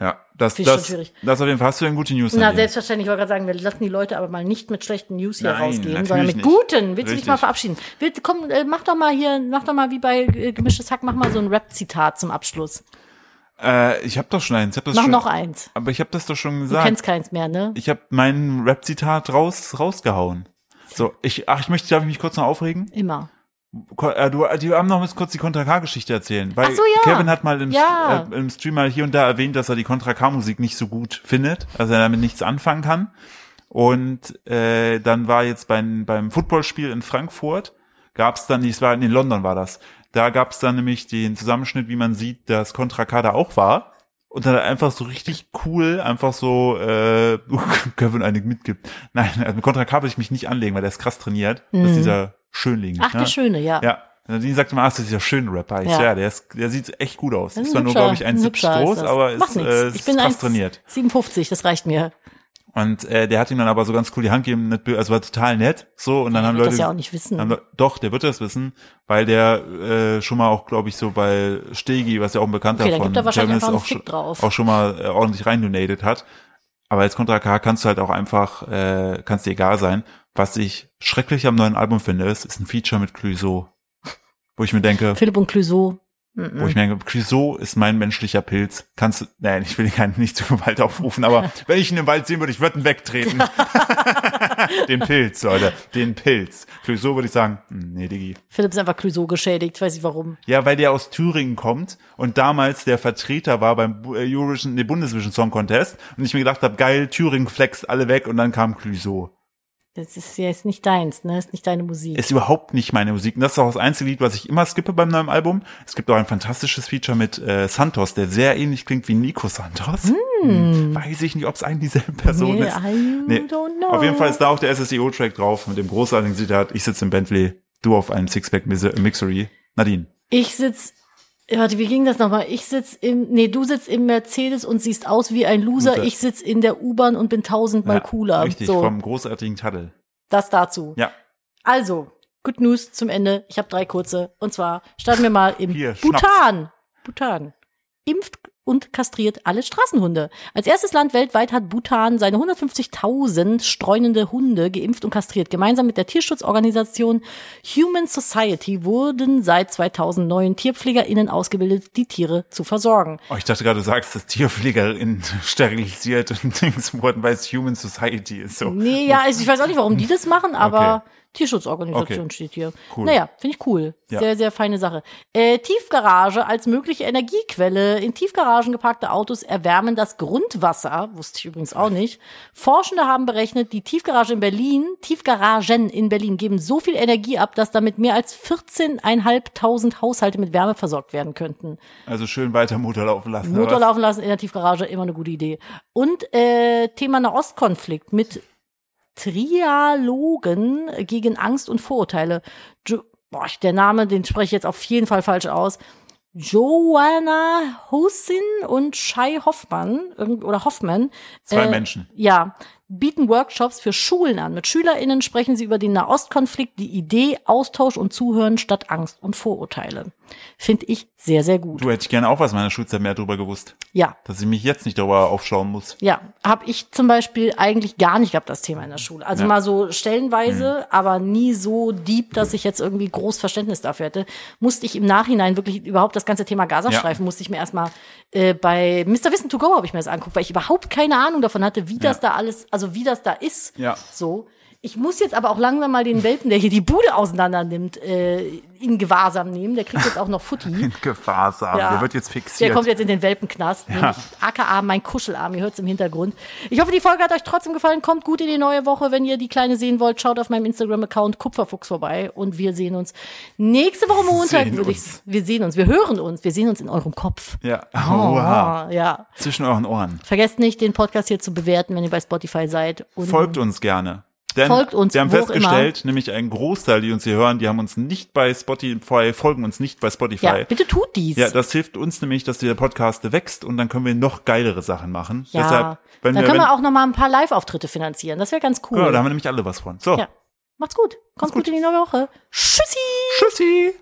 A: Ja, das,
B: Finde ich
A: das,
B: schon schwierig.
A: das auf jeden Fall hast du denn gute News.
B: Na,
A: Nadine?
B: selbstverständlich, ich wollte gerade sagen, wir lassen die Leute aber mal nicht mit schlechten News hier
A: Nein,
B: rausgehen,
A: natürlich
B: sondern mit
A: nicht.
B: guten. Willst du dich
A: Richtig.
B: mal verabschieden? Will, komm, äh, mach doch mal hier, mach doch mal wie bei äh, Gemischtes Hack, mach mal so ein Rap-Zitat zum Abschluss.
A: äh, ich habe doch schon eins. Ich hab das
B: Mach
A: schon,
B: noch eins.
A: Aber ich habe das doch schon
B: Du
A: gesagt.
B: kennst keins mehr, ne?
A: Ich habe mein Rap-Zitat raus, rausgehauen. So, ich, ach, ich möchte, darf ich mich kurz noch aufregen?
B: Immer.
A: Ko- Äh, du, die haben noch kurz die Contra K-Geschichte erzählen. Weil
B: Ach so, ja.
A: Kevin hat mal im,
B: Ja.
A: St- äh, im Stream mal hier und da erwähnt, dass er die Contra K-Musik nicht so gut findet, also er damit nichts anfangen kann. Und äh, dann war jetzt beim, beim Footballspiel in Frankfurt, gab's dann, es war in London war das, da gab's dann nämlich den Zusammenschnitt, wie man sieht, dass Contra K da auch war. Und dann einfach so richtig cool, einfach so äh, [LAUGHS] Kevin einig mitgibt. Nein, also mit Contra K will ich mich nicht anlegen, weil der ist krass trainiert. Das ist dieser Schönling.
B: Mhm. Ach,
A: ne?
B: der Schöne, ja.
A: Ja, Nadine sagt immer, ach, das ist ja schön Rapper. Ich, ja.
B: Ja.
A: ja, der, ist, der sieht echt gut aus.
B: Das
A: Ist zwar nur, glaube ich, 1,70 groß, aber ist, äh, ist
B: ich bin
A: krass trainiert.
B: 57, das reicht mir.
A: Und äh, der hat ihm dann aber so ganz cool die Hand gegeben, nicht bö- also war total nett. So, und dann haben
B: wird
A: Leute.
B: das ja auch nicht wissen.
A: haben Le- doch, der wird das wissen, weil der äh, schon mal auch, glaube ich, so bei Stegi, was ja auch ein bekannter
B: Okay, dann
A: von
B: gibt er wahrscheinlich
A: Jam ist,
B: einfach einen
A: auch, schon-
B: Fick drauf.
A: auch schon mal äh, ordentlich reindonated hat. Aber als Kontra K kannst du halt auch einfach, äh, kannst dir egal sein. Was ich schrecklich am neuen Album finde, ist, ist ein Feature mit Clouseau. Wo ich mir denke,
B: Philipp und Clouseau. Mhm.
A: wo ich mir denke, Clouseau ist mein menschlicher Pilz. Kannst du, nein, ich will ihn keinen nicht zu Gewalt aufrufen, aber wenn ich ihn im Wald sehen würde, ich würde ihn wegtreten. den Pilz, Leute, den Pilz. Clouseau würde ich sagen, hm, nee, Diggi.
B: Philipp ist einfach Clouseau geschädigt, ich weiß nicht warum.
A: Ja, weil der aus Thüringen kommt und damals der Vertreter war beim Bu- äh, Eurovision, nee, Bundesvision Song Contest und ich mir gedacht habe, geil, Thüringen flext alle weg und dann kam Clouseau.
B: Das ist ja jetzt nicht deins, ne? Ist nicht deine Musik.
A: Ist überhaupt nicht meine Musik. Und das ist auch das einzige Lied, was ich immer skippe beim neuen Album. Es gibt auch ein fantastisches Feature mit äh, Santos, der sehr ähnlich klingt wie Nico Santos. Hm, weiß ich nicht, ob es eigentlich dieselbe Person
B: Nee,
A: ist.
B: I don't know.
A: Auf jeden Fall ist da auch der SSEO-Track drauf mit dem großartigen Zitat, ich sitze im Bentley, du auf einem Sixpack-Mixery. Nadine.
B: ich sitz, warte, wie ging das nochmal? Ich sitz im, nee, du sitzt im Mercedes und siehst aus wie ein Loser.
A: Loser.
B: Ich sitz in der U-Bahn und bin tausendmal
A: Ja,
B: cooler.
A: Richtig,
B: so,
A: vom großartigen Taddel.
B: das dazu.
A: Ja.
B: Also, Good News zum Ende. Ich habe drei kurze. Und zwar starten wir mal im
A: Hier,
B: Bhutan. Bhutan. Impft und kastriert alle Straßenhunde. Als erstes Land weltweit hat Bhutan seine 150.000 streunende Hunde geimpft und kastriert. Gemeinsam mit der Tierschutzorganisation Human Society wurden seit 2009 TierpflegerInnen ausgebildet, die Tiere zu versorgen.
A: Oh, ich dachte gerade, du sagst, dass Tierpflegerinnen [LAUGHS] sterilisiert und Dings wurden, weil es Human Society ist. So.
B: Nee, ja, also ich weiß auch nicht, warum die das machen, aber Tierschutzorganisation
A: Okay.
B: steht hier.
A: Cool.
B: Naja, finde ich cool.
A: Ja.
B: Sehr, sehr feine Sache. Äh, Tiefgarage als mögliche Energiequelle. In Tiefgaragen geparkte Autos erwärmen das Grundwasser. Wusste ich übrigens auch nicht. Forschende haben berechnet, die Tiefgarage in Berlin, Tiefgaragen in Berlin geben so viel Energie ab, dass damit mehr als 14.500 Haushalte mit Wärme versorgt werden könnten.
A: Also schön weiter Motor laufen lassen.
B: Motor
A: oder was?
B: laufen lassen in der Tiefgarage, immer eine gute Idee. Und äh, Thema Nahostkonflikt mit Trialogen gegen Angst und Vorurteile. Jo Boah, ich- der Name, den spreche ich jetzt auf jeden Fall falsch aus. Joanna Hosin und Shai Hoffmann irgend- oder Hoffmann.
A: Zwei
B: äh,
A: Menschen.
B: Ja, bieten Workshops für Schulen an. Mit SchülerInnen sprechen sie über den Nahostkonflikt, die Idee, Austausch und Zuhören statt Angst und Vorurteile. Finde ich sehr, sehr gut.
A: Du hätte ich gerne auch was meiner Schulzeit mehr drüber gewusst.
B: Ja,
A: Dass ich mich jetzt nicht darüber aufschauen muss.
B: Ja, habe ich zum Beispiel eigentlich gar nicht gehabt, das Thema in der Schule. Also
A: Ja. Mhm.
B: mal so stellenweise, aber nie so deep, dass ich jetzt irgendwie groß Verständnis dafür hätte. Musste ich im Nachhinein wirklich überhaupt das ganze Thema Gazastreifen, musste ich mir erstmal äh, bei Mr. Wissen to Go habe ich mir das angeguckt, weil ich überhaupt keine Ahnung davon hatte, wie das da alles, also wie das da ist.
A: Ja.
B: So. Ich muss jetzt aber auch langsam mal den Welpen, der hier die Bude auseinander nimmt, äh, in Gewahrsam nehmen. Der kriegt jetzt auch noch Futti.
A: Gewahrsam,
B: Ja.
A: der wird jetzt
B: Der
A: fixiert.
B: kommt jetzt in den Welpenknast. nämlich AKA mein Kuschelarm, ihr hört's im Hintergrund. Ich hoffe, die Folge hat euch trotzdem gefallen. Kommt gut in die neue Woche. Wenn ihr die Kleine sehen wollt, schaut auf meinem Instagram-Account Kupferfuchs vorbei. Und wir sehen uns nächste Woche Montag.
A: Sehen
B: Würde ich,
A: uns.
B: wir sehen uns, wir hören uns, wir sehen uns in eurem Kopf. Ah,
A: ja.
B: Oh.
A: Oha.
B: ja.
A: Zwischen euren Ohren.
B: Vergesst nicht, den Podcast hier zu bewerten, wenn ihr bei Spotify seid. Und
A: Folgt uns gerne. Denn
B: Folgt uns,
A: wir haben
B: wo auch
A: festgestellt, nämlich ein Großteil, die uns hier hören, die haben uns nicht bei Spotify, folgen uns nicht bei
B: ja,
A: Spotify.
B: bitte tut dies.
A: Ja, das hilft uns nämlich, dass der Podcast wächst und dann können wir noch geilere Sachen machen.
B: Ja.
A: Deshalb, wenn
B: Dann
A: wir,
B: können
A: wenn,
B: wir auch noch mal ein paar Live-Auftritte finanzieren. Das wäre ganz cool.
A: Genau, da haben wir nämlich alle was von. So,
B: ja. Macht's gut. Kommt gut.
A: gut.
B: in die neue Woche. Tschüssi!
A: tschüssi!